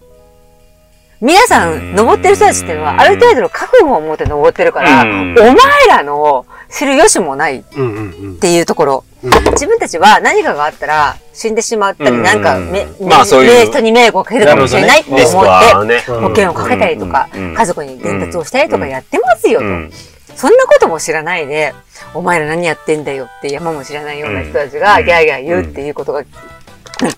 皆さ
うん
ん、登ってる人たちっていうのは、ある程度の覚悟を持って登ってるから、
うん
お前らの知る由もないっ
うんうんうん。
ていうところ。
うん
自分たちは何かがあったら死んでしまったり、
うん
なんかめ、
まあそういう
ね人に迷惑をかけるかもしれないって思
リスクは
っ
ね。
て、保険をかけたりとか、
うん
家族に伝達をしたりとかやってますよと。
うん
そんなことも知らないで、お前ら何やってんだよって山も知らないような人たちが
うん
ギャーギャー言うっていうことが、うん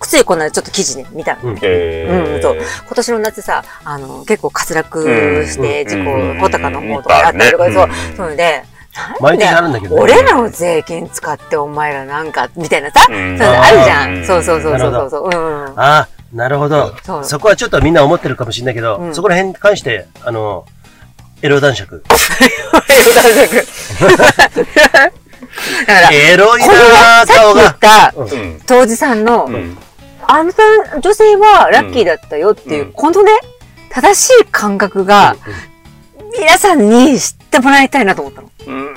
ついこの間ちょっと記事で見たの。
うん
え
うん
ー
そう今年の夏さ、あの、結構滑落して事
うん
故、小高の方とかあったりとか
いっ
で、そ
ぱいあ
う
るねうん、
そういうので、なん
毎
で
年あるんだけどね。
俺らの税金使ってお前らなんか、みたいなさ、
う
そ
ん
ういうのあるじゃ
うん
ん。そうそうそうそうそうそう。うんうん。
ああ、なるほど。
そう
そこはちょっとみんな思ってるかもしれないけど、
うん
そこら辺に関して、あの、エロ男爵。
だから、こ
エロい
れは
なー
さ
顔
っき言っ
が。
た
うん
当事さんの、
うん
あの女性はラッキーだったよっていう、
うん
このね、正しい感覚が、皆さんに知ってもらいたいなと思ったの。
うん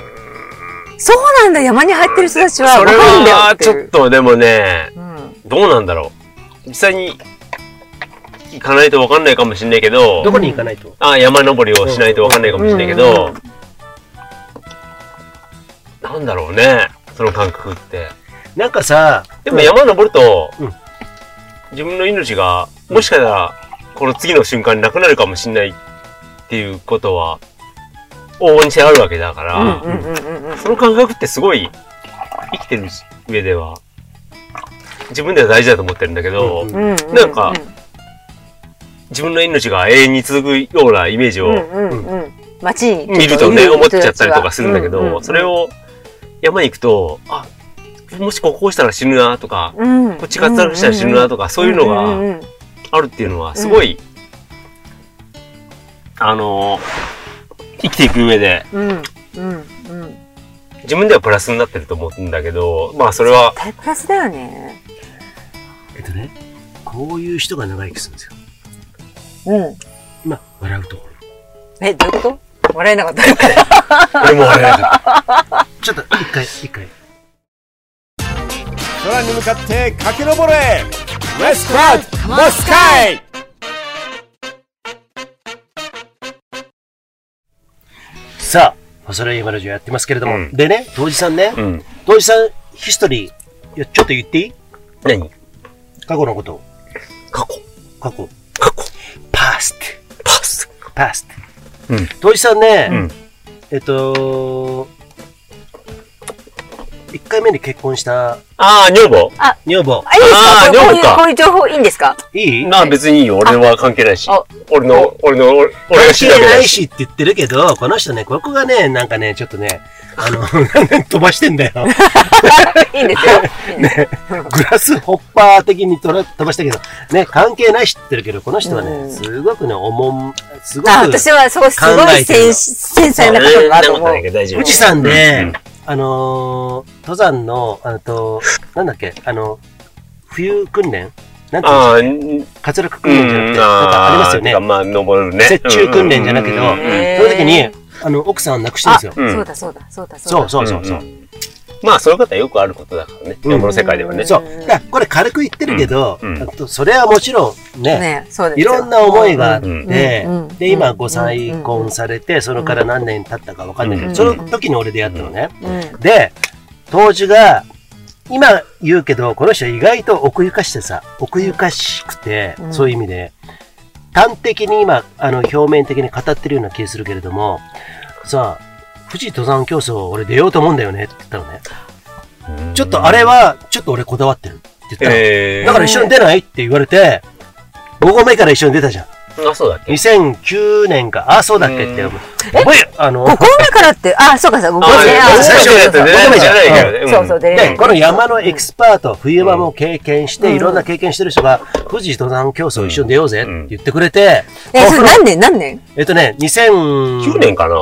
そうなんだ、山に入ってる人たちは
そ
分か
れ
るんだよ
は
っ、て
ち
い
ょっ
う。
とでもね、
うん
どうなんだろう。実際に行かないとわかんないかもしれないけど
ど、こに行かないと。
あ山登りをしないとわかんないかもしれないけ
う
ど
ん、
なんだろうね、その感覚って。
なんかさ、
でも山登ると
うん、
自分の命が、もしかしたら、この次の瞬間になくなるかもしれないっていうことは、往々にしてあるわけだから、
うんうんうんうんうん
その感覚ってすごい、生きてる上では、自分では大事だと思ってるんだけど、
うんうん
うんうん。
なんか自分の命が永遠に続くようなイメージ
うん
を
うんうん、街に
見るとね、思っちゃったりとかするんだけど、
うんうんうん
それ、を山に行くと、あ、もしここしたら死ぬなとか、
うん
こっちがったらしたら死ぬなとか、そういうのが、
んん
あるっていうのはすごい、あの生きていく上で
うんうんうん。
自分ではプラスになってると思うんだけどまあそれは
大プラスだよね。
えっとね、こういう人が長生きするんですよ。
うん。
まあ、笑うところ。
え、どういうこと笑えなかった。
俺もあれだか
ちょっと、一回、一回。
空に向かって駆け上れレスクラウドモスカイ
さあ、細い山ラジオやってますけれども。
うん
でね、当時さんね、
らうん
当時さんヒストリー、いやちょっと言っていい
何
過去のことを。
過去
過去。
過去
パースト。
パス
パースト。
うん
当時さんね、
うん
えっと、1回目に結婚した
ああ女房
女房。
あ、いいです
あー
かこれこうい
了解
う、
か
こういう情報いいんですか
いい
まあ別にいいよ俺は関係ないし
あ
俺の俺の俺俺が
関
知るわ
係
け
な
ない
い
し
しって言ってるけど、この人ね、ここがね、なんかね、ちょっとね、あの、 飛ばしてんだよ。
いいんですよ。 いいんですよ
グラスホッパー的にとら飛ばしたけど、ね、関係ないしって言ってるけど、この人は
う
ね、
ん
すごくね、おもん、すごく、
あ、私はそう、すごい
考えて
繊
る
繊細
そん
な
な
方だなと
こと
思。
ないうけど大丈夫
富士山で、
うん
あのー登山の、あと、なんだっけ、あの、冬訓練なんていうんですか
ああうん
滑落訓練じゃなくて、なんかありますよね。
なんかまあ登るね
雪中訓練じゃなくて
うんうんうん
へー
その時に、あの、奥さんを亡くしてるんですよ。
うん
そうだ、そうだ、そうだ、
そう
だ。
そうそうそう。
んまあそういうことはよくあることだからね
うん
山の世界ではね
ん
そう。だからこれ軽く言ってるけど、
うんうん
あとそれはもちろんね、
ね、そうです
い
よ
ろんな思いがあっ
うん
て
うん、
で、今
うん
ご再婚されて、それから何年経ったかわかんないけ
う
ど、
ん
その時に俺出会ったのね。
うん
で、当時が、今言うけど、この人意外と奥ゆかしてさ、奥ゆかしくて、
うん
そういう意味で、端的に今、あの、表面的に語ってるような気がするけれども、さあ、富士登山競争、俺出ようと思うんだよねって言ったのね。ちょっとあれは、ちょっと俺こだわってるって言ったの。
え
だから一緒に出ないって言われて、5合目から一緒に出たじゃん。
ら、あ、そうだっけ
2009年か、あ、そうだっけって。
うん
覚えよあの、
5個目からって、あ、そうかそうか、5個目。
あ
あ
最初のやつね
出ないじゃないからね。ん
そうそう、出れな
で、
い。
この山のエキスパート、冬場も経験して、
うん
いろんな経験してる人が、富士登山競争一緒に出ようぜっ
う
て
ん
言ってくれて、
え、
あ
それ何年何年
えっとね、2009
9年かな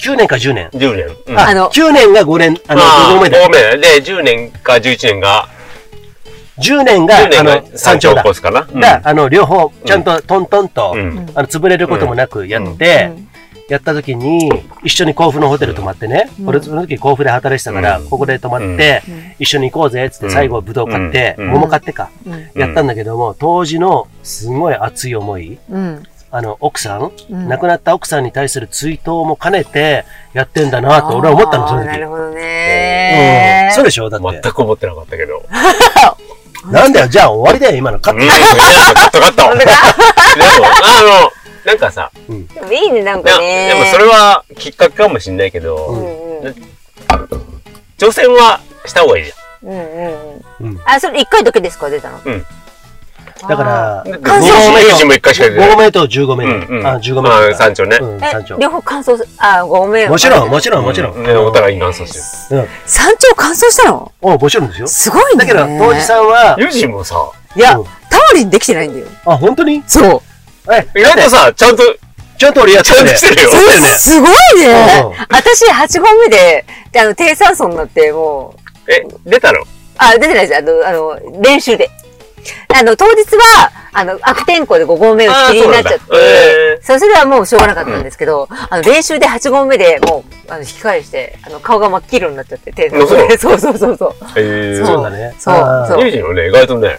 年か10年。
?10 年。うん
あ
あ
の
の、9年が5年、あの、5合目だ。
5名で、10年か11年が、
10年が、あ
10年が
の、山
山頂
頂だ。
コースかな。うん
が、あの、両方、ちゃんとトントンと、
うん
あの、潰れることもなくやって、やった時に、一緒に甲府のホテル泊まってね、
うん
俺その時甲府で働いてたから、
うん
ここで泊まって、
うん
一緒に行こうぜ、つって最後ブドウ買って、
うん
桃買ってか、
うん
やったんだけども、当時のすごい熱い思い、
うん。
あの、奥さん、
うん
亡くなった奥さんに対する追悼も兼ねてやってんだなと俺は思ったの、その
あーな
時。
る
うん
ほどね。
そうでしょだって
全。く思ってなかったけど。
なんだよ、じゃあ終わりだよ、今の。カ
う
ッ
ん、いやカットカ ット。でも、あの、なんかさ、
でもいいね、なん
いや
かね。
でもそれはきっかけかもしれないけど、
うんうん
挑戦はした方がいいじ
うんうん
う
うんん。あ、それ一回だけですか出たの
うん。
トだか
あ
ら、
ゃん。
感想
五合目と
十も一回しか出てない
5名と15名
うんうん
あ、15
ま
名
あ山頂ね
うん、
ー、
山頂
え、。両方乾燥す、あ、ごめん。
もちろん、も
ち
ちろん、もちろん。
ね、お互いに感想してる。
うん。
山頂乾燥したの
お、もちろんですよ。
すごいね。
だけど、当時
ん。
さんは、
ユージもさ、
いや
うん、
タオリンできてないんだよ。
あ、本当に
そう。
え、
意外とさ、ちゃんと、
ちゃんと俺やって
ちゃ
た
んと
ね。
してるよ。
だよね
すごいね
うん。
私、8本目で、であの、低酸素になって、もう、
え、出たの
あ、出てないです。あの、あの、練習で。あの、当日は、あの、悪天候で5合目の切りになっちゃって
あーそうなんだへ、
そうそれはもうしょうがなかったんですけど、あの、練習で8合目でもう、あの、引き返して、あの、顔が真っ黄色になっちゃって、手が
あそ う
そうそうそうそう。
えー、
そうだね。
そう
あー
そう
ユージもね、意外とね、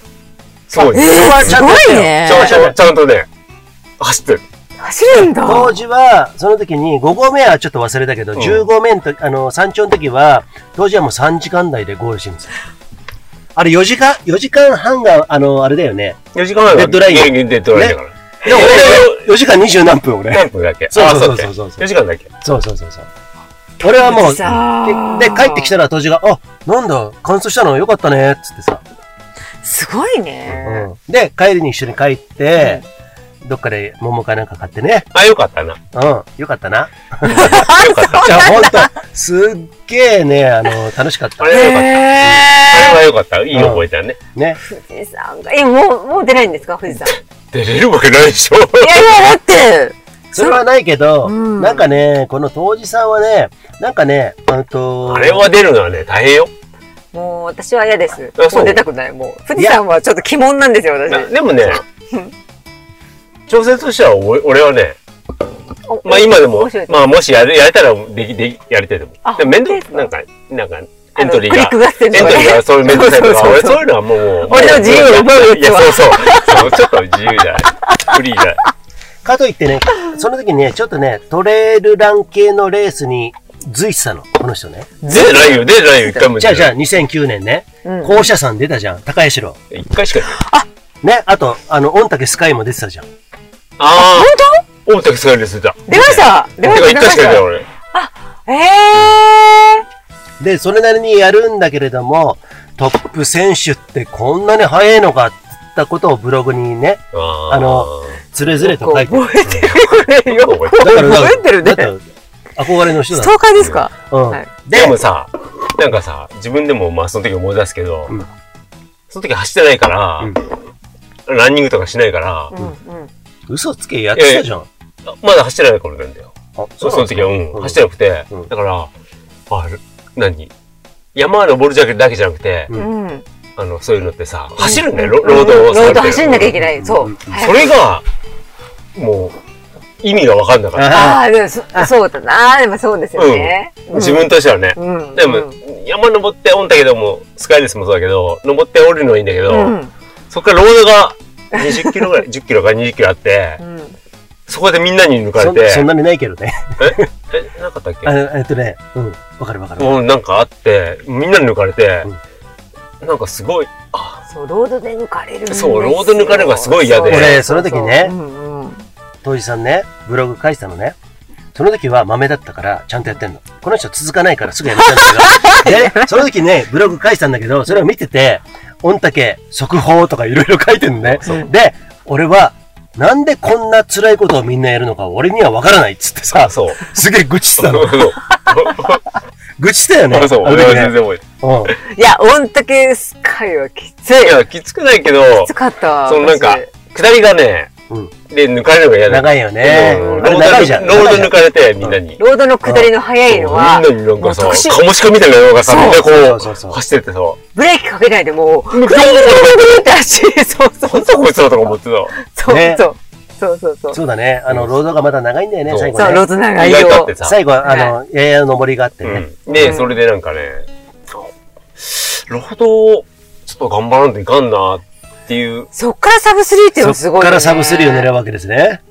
すごいね。
えー、
ちゃ
す
んと
ご
やって
い
よ
ね
ち。ゃんと、ちゃんとね、走ってる。
走るんだ。
当時は、その時に、5合目はちょっと忘れたけど、
ん
15合目の時、あの、山頂の時は、当時はもう3時間台でゴールしてるんですよ。あれ4時間、4時間半が、あの、あれだよね。
4時間半
デッドライン
ギリギリデッドラインだから。
でも俺、4時間20何分俺。
何分だっけ
そうそうそう
あだっけ
そうそうそう
4時間だっけ
そうそうそうそう。俺はもう、
さあ
で、帰ってきたら当時が、あ、なんだ、乾燥したのよかったね、つってさ。
すごい ね。
うん。で、帰りに一緒に帰って、どっかで桃かなんか買ってね。
あ、よかったな。
うん、よかったな。じゃあ、ほんと、すっげえね、あの、楽しかった
あ。れはよかった。あれ
へ
はよかった。いい覚えだね。
ね。
ー。富士山が、え、もう、もう出ないんですか富士山。 い
出れるわけないでしょ。
やいや、だって、
それはないけど、
うん
なんかね、この当時さんはね、なんかね、うんと、
あれは出るのはね、大変よ。
もう私は嫌です。
あそう
もう出たくない。もう富士山はちょっと鬼門なんですよ、私。
なでもね、挑戦としては、お俺はね、
お
まあ今でも
面白い、
まあもしやれやれたらでき、でき、やりたいと思
あ
う。でも面
本当です
倒、
か
なんか、なんか、エントリー
あのクリ
が。
ックがあってん
エン
の
トリーがそういう面倒くさいと
そ
か、
うそう
俺
そう
そういうのはもう、
俺の自由を奪うやつはい
や、そうそう。そうちょっと自由じゃない。フリーじゃない。
かといってね、その時ね、ちょっとね、トレイルラン系のレースに随してたの、この人ね。
出てないよ、出てないよ、一回も
じゃあ
出
じ
て
ゃ
な
あ、
い。
2009年ね、
うん
校舎さん出たじゃん、高江城。
一回しか出てない。
ね、あと、あの、御嶽スカイも出てたじゃん。
あ
本
あ、大手スカイレース出た。
当出ました出ま
て
し
か
た出ま
一回し
し
か出
た
た俺。
ええ
で、それなりにやるんだけれども、トップ選手ってこんなに速いのかって言ったことをブログにね、
あー
あの、つれづれと書いてる。
覚えてるよ。
覚えてる
だから
覚えてるね
だって憧れの人だ
ス
もん
トーカーですか
うん
はい
でもさ、なんかさ、自分でもまあその時思い出すけど、
うん
その時走ってないから、ランニングとかしないから、
うんうん。
嘘つけやってたじゃん。
まだ走ってない頃なんだよ。
あ
そ
なん
うその
です
時
か
は、うん、走ってなくて、
うん
だから、あれ、何山登るだけじゃなくて、
う。
うん。
あの、そういうのってさ、走るんだよ、ロロード
ロ
を。
ード走んなきゃいけない。そううん
それが、もう、意味がわかんなかっ
ああ、でもそそうだな。でもそうですよね。
た。自分としてはね。
うん。
でも、山登っておんだけども、スカイレスもそうだけど、登って降りるのはいいんだけど、
うん。
そこからロードが20キロぐらい、10キロか20キロあって
う、ん。
そこでみんなに抜かれて、
そそんなにないけど ね。
え、えなかったっけ
あのえっとね、うん、わかるわかる。
もうなんかあって、みんなに抜かれて、
うん
なんかすごい、あ、
そう、ロードで抜かれるんですよ。
そうロード抜かれるのがすごい嫌で
俺その時ね
うんうん
当時さんね、ブログ書いてたのね。その時は豆だったから、ちゃんとやってんの。この人続かないからすぐやめちゃうんだけど。で、その時ね、ブログ書いてたんだけど、それを見てて、御嶽速報とかいろいろ書いてるのね。で、俺は、なんでこんな辛いことをみんなやるのか俺にはわからないっつってさ、
そう。
すげえ愚痴し
そ
た
う
の。愚痴だよね。
そう、
あの
俺
時
は
ね
全然覚えて
うん。
いや、御嶽スカイはきつい。
いや、きつくないけど、
きつかった。
そのなんか
私、
下りがね
うん、
で、抜かれるのが嫌だ。
長いよね。
うん
あ
ロ
れ
ー
長いじゃ
ド
ん。
ロー
長いじ
ド
ゃ
抜
ん
かれて、みんなに。
ロードの下りの速いのは、
みんなにな
も
ん
う
かさ、
特殊
カモシカみたいなのがさ、みんなこ
そう
う
そうそうそう
走ってってさ、
ブレーキかけないでもう、グイーンって走り、そうそう
なんだこいつらとか思ってた。
そう
ね
そう。そうそうそう。そ
そうだね。あの、ロードがまだ長いんだよね、
そう
最後
う、ロー
ね。
ド長い
意外とあっ
よ
て。さ
最後は、あの、やや登りがあってね。
うん。で、それでなんかね、ロードをちょっと頑張らんといかんなっていう、
そっからサブ3っていうのす
そ
ごい
っ
よね。
からサブ3を狙うわけですね。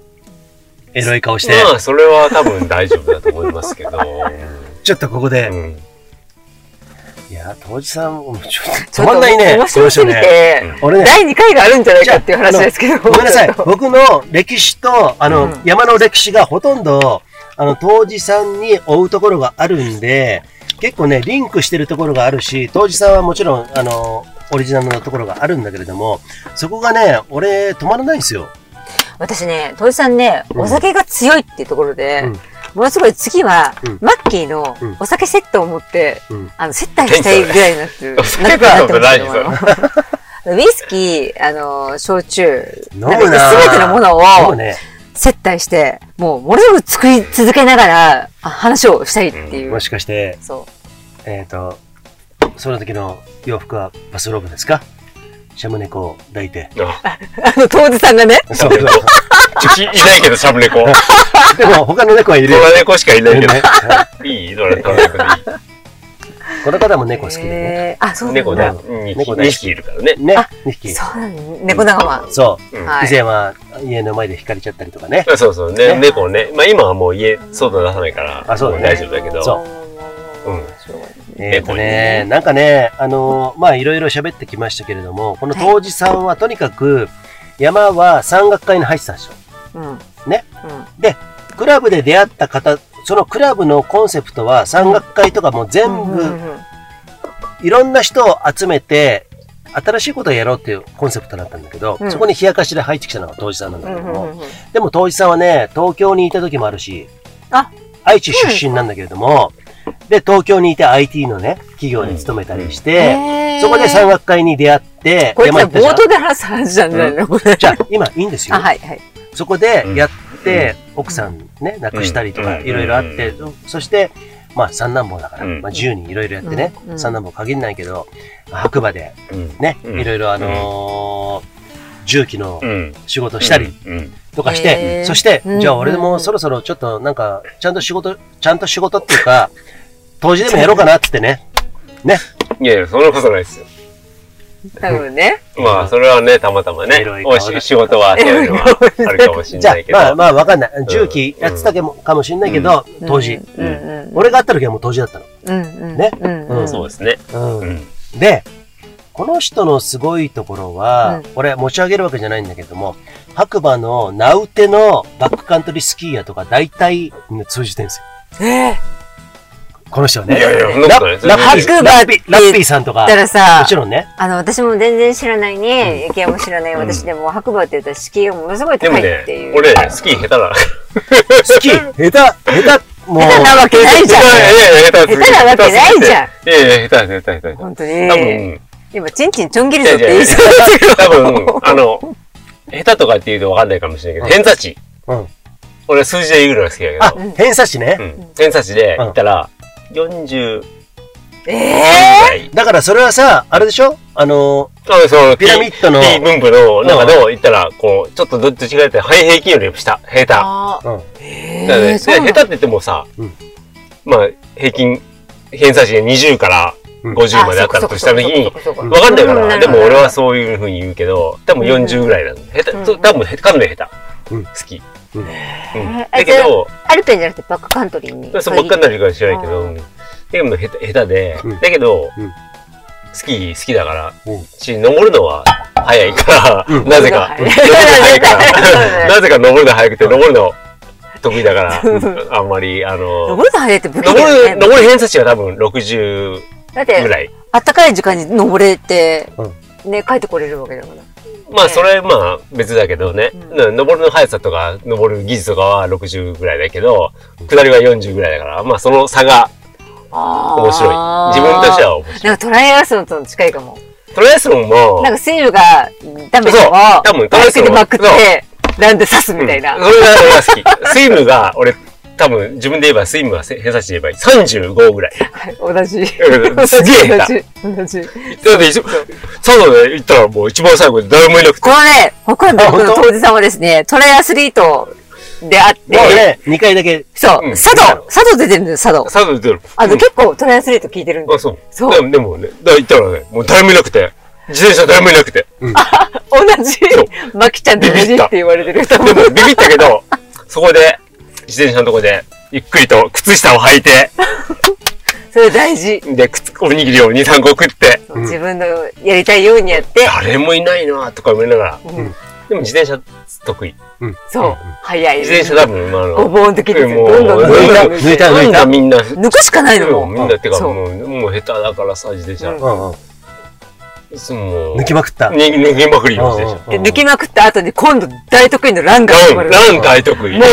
エロい顔して。
まあ、それは多分大丈夫だと思います けど、
ちょっとここ
う
で。
ん。
いや、当時さん、もうちょっ
ち
と
ょっと
止まんないね。
面白すぎ
この人ね。
て、
俺ね、
第2回があるんじゃないかっていう話ですけど。。
ごめんなさ い
そ
僕の歴史と、あの、
うん
山の歴史がほとんど、あの、当時さんに追うところがあるんで、結構ね、リンクしてるところがあるし、当時さんはもちろん、あの、オリジナルのところがあるんだけれども、そこがね、俺、止まらないんですよ。
私ね、トイさんね、
ん
お酒が強いっていうところで、
うん
ものすごい次は、
うん
マッキーの
うん
お酒セットを持って、
うん
あの、接待したいぐらいになってる。
お酒
なってなってますけど
飲んでないで
あの ウイスキー、あの、焼酎、
飲
なん
むな
か全てのもの
も
を
うね、
接待して、もう、ものすごく作り続けながら、あ話をしたいっていう。
もしかして、
そ
えっ、と、その時の洋服はバスローブですかシャム猫を抱いて。
う。あの、当時さんがね、
そうそう。
ちょいないけど、シャブ猫。野
でも他の猫はいるよ。
良猫しかいないけ
ねは
ど、いい野良猫でいい。
いこの方も猫好きでね。
えーあ、そうなんだ
猫ね、2
猫大好
匹二
き
匹いるからね。
ね
あ、
2匹。
そうなんだ、猫仲間。
そう。
うん
はい
以前は家の前で光っちゃったりとかね。
あそうそうね、猫ね。まあ今はもう家、外出さないから、
あそうだね
大丈夫だけど。。
そう
うん。
えっ、とね、なんかね、あのーまあいろいろ喋ってきましたけれども、この当時さんはとにかく、山は山岳会に入ってたんですよ。
うん。
ね。
うん。
クラブで出会った方、そのクラブのコンセプトは山岳会とかも全
うんう
部
んうん
いろんな人を集めて、新しいことをやろうっていうコンセプトだったんだけど、
うん
そこに冷やかしで入ってきたのが当時さんなんだ
う
け
ん
ど
う
も、
んうんうん。
でも当時さんはね、東京にいた時もあるし、
あ
愛知出身なんだけれども、で、東京にいて IT のね、企業に勤めたりして、
へー
そこで山岳会に出会って、
これ
山行ったじ
冒
ゃん
頭で話す話じゃないの、これ。
じゃあ、 今いいんですよ。
あ、はい、はい。
そこでやって、奥さんね、亡くしたりとか、
うん
いろいろあって、そして、まあ、三男坊だから、
うん
まあ、自由にいろいろやってね、
うんうん
三男坊限らないけど、白馬で
うん。
ね、
うん
いろいろあのー重機の
うん。
仕事したり
うん。
とかし
へ
て、
ー
そして、
うん
じゃあ俺もそろそろちょっとなんか、ちゃんと仕事、ちゃんと仕事っていうか、 当時でもやろうかなってってね、
いやいや、そんなことないですよ。
多分ね。
まあ、それはね、たまたまね
エロい、顔
お
だ
し仕事はそういうのはあるかもしれ
じゃ
ないけど。
あ、まあまあわかんない。重機やってたけもかもしれないけど、当時。
うんうん
俺が会った時はもう当時だったの。
うんうん。
ね
うん
う
うんん。
そうですね。
うん
うん。
で、この人のすごいところは、
うん
俺持ち上げるわけじゃないんだけども、白馬の名ウテのバックカントリースキーヤーとか大体通じてるんですよ。
えー
この人はいね。
やいや、そんなことないですよ
ラ。
ラックバーって
ラッピ
言
ーさんとか
っ、たらさ
も、ちろんね。
あの、私も全然知らないね、雪山も知らない私でも、白馬って言ったら敷居がものすごい
でも
高い
ね
っていう。、
俺、スキー下手だ。
好き、下手、下手、もう。
下手なわけないじゃん
いやいやいや 下手すぎる
下手なわけないじゃん。
いやいや、下手です、下手です、下
本当
手です。
に。今、チンチンちょん切
多
る
分、い
ぞって
やいや
言いそうだけど。
多分、あの、下手とかって言うと分かんないかもしれないけど、偏差値。
うん。
俺、数字で言うぐらい好きだけ
あ
ど、、
偏差値ね
う。ん。偏差値で言ったら、40ぐ
え
らい。
だからそれはさ、あれでしょあの、
あその
ピラミッドの
P 分布の中の言ったら、こう、ちょっとどっち違えて、はい平均より下、下手。
あ
うん。
だか
え
らね
ー
で
そうなの
下手って言ってもさ、
うん
まあ、平均、偏差値で20から
うん
50まであったとした時に、分かんないから、でも俺はそういうふうに言うけど、多分40ぐらいなの。下手、
うん
そう多分へ、かなり下手。
うん
好き。
うん
うん
えー
だけど、
アルペンじゃなくてバックカントリーに。
そうばっかり
り。
なるかもしれないけど、でも下手下手で
うん、
だけど
うん、
スキー好きだから、
うん
し、登るのは早いから、 なぜか、
うん
登るの早いか
う
ら、
ん
なぜか登るの早くて、登るの得意だから、あんまり、あの、
登るの早いって武器だ
登
よ
る、
ね。
登る偏差値は多分60
だっ
ぐ
て、
らい。
あったかい時間に登れて、ね、帰ってこれるわけだから。
まあ、それまあ別だけどね、
うん
な登るの速さとか、登る技術とかは60ぐらいだけど、下りは40ぐらいだから、まあその差が面
面
白い。自分としては面白い。
なんかトライアスロンとの近いかも。
トライアスロンも、
なんかスイムがダメで
そう
も、
多分
バイクでまくっ
そう
て、ランで刺すみたいな。
うんそれが俺は好き。スイムが、俺、多分自分で言えば、スイムは偏差値で言えば35ぐらい。
はい同じ。
うんすげえな
同じ。同じ。
だって一応、佐渡で行ったらもう一番最後で誰もいなくて
こ。のね、北海道の当時さんはですね、トライアスリートであって、
ね、2回だけ。
そう、
うん
佐渡、佐渡出てるんですよ、佐渡。
佐渡で出る。
あの、
うん
結構トライアスリート聞いてるんで
あ、、そう。
そう
でもでもね、だ行ったらね、もう誰もいなくて、自転車誰もいなくて。
同じ
そ、
マキちゃんと同じって言われてる人も
で。もビビったけど、そこで、自転車のとこで、ゆっくりと靴下を履いて、
それ大事。
で、靴おにぎりを2、3個食って、
自分のやりたいようにやって、
誰もいないなとか思いながら、でも自転車得意。
そう、早い。
自転車多分、まああの、
ごぼうの時です
も
よ
う
どんどんどんどん
抜いた抜いた抜い
みんな
た。
みんな、
抜くしかないのもう。
みんなってか、
そう
もう、もう下手だからさ、自転車。
うんうん
もう、
抜きまくった。
抜き抜きまくりの自転車。
で抜きまくった後に今度大得意のランが始ま
ラ
る
ン、
の。
ラン大得意。もう、
運動っ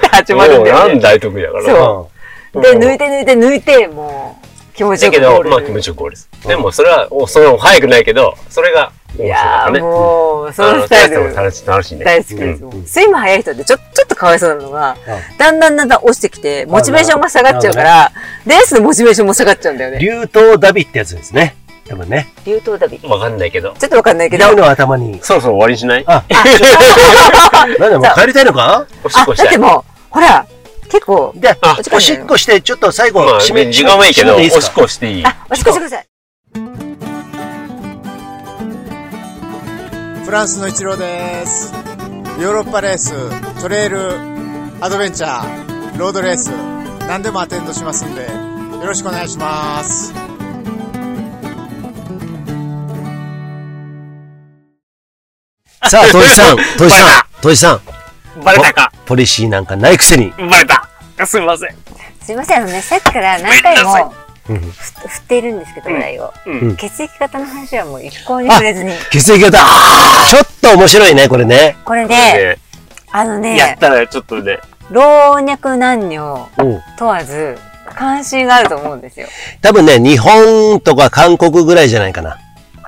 て始まるんだ
ラ
よ
ン
ね。
大得意だから。
そう
うん
で、抜いて抜いて抜いて、もう、気持ち
だ
よ
け
く
ど、
ゴール
まあ気持ちよくゴールです。でも、それは、おそれも早くないけど、それが、面白
い
い
や
か
ー
らね。
もう、そ
あ
のスタイル
テストも楽しい、楽しいね。
大好きです
うんう
も
ん
ん。スイム速い人ってちょ、ちょっとかわいそうなのが、だんだんだんだん落ちてきて、モチベーションが下がっちゃうから、レースのモチベーションも下がっちゃうんだよね。
流頭ダビってやつですね。多分ね。
流頭旅。ちょ
わかんないけど。
っとわかんないけど、
竜の頭に。
そろそろ終わりにしない
あ、なんだ、もう帰りたいのか
おしっ
あ、
こし
だったて
い。
もう、ほら、結構、
で
あ、
おしっこして、ちょっと最後、
まあ、
締め、
時間はいいけ
締
ど、
め
お
ていいで
し
す
っ
か
こしていい。
あ、おしっこしてください。
フランスの一郎です。ヨーロッパレース、トレイル、アドベンチャー、ロードレース、何でもアテンドしますんで、よろしくお願いします。
さあ、トシさん、トシ
バレ
さ
た
ん、トシさん、
バレたか
ポリシーなんかないくせに、
バレたすみません。
すいません、あのね、さっきから何回
ごめん
もふ振っているんですけど、話題を。
うん
血液型の話はもう一向に触れずに。
血液型、ちょっと面白いね、これね。
これで、
で
あの
やっ
ね、
たらちょっとね、
老若男女
うん
問わず、関心があると思うんですよ。
多分ね、日本とか韓国ぐらいじゃないかな。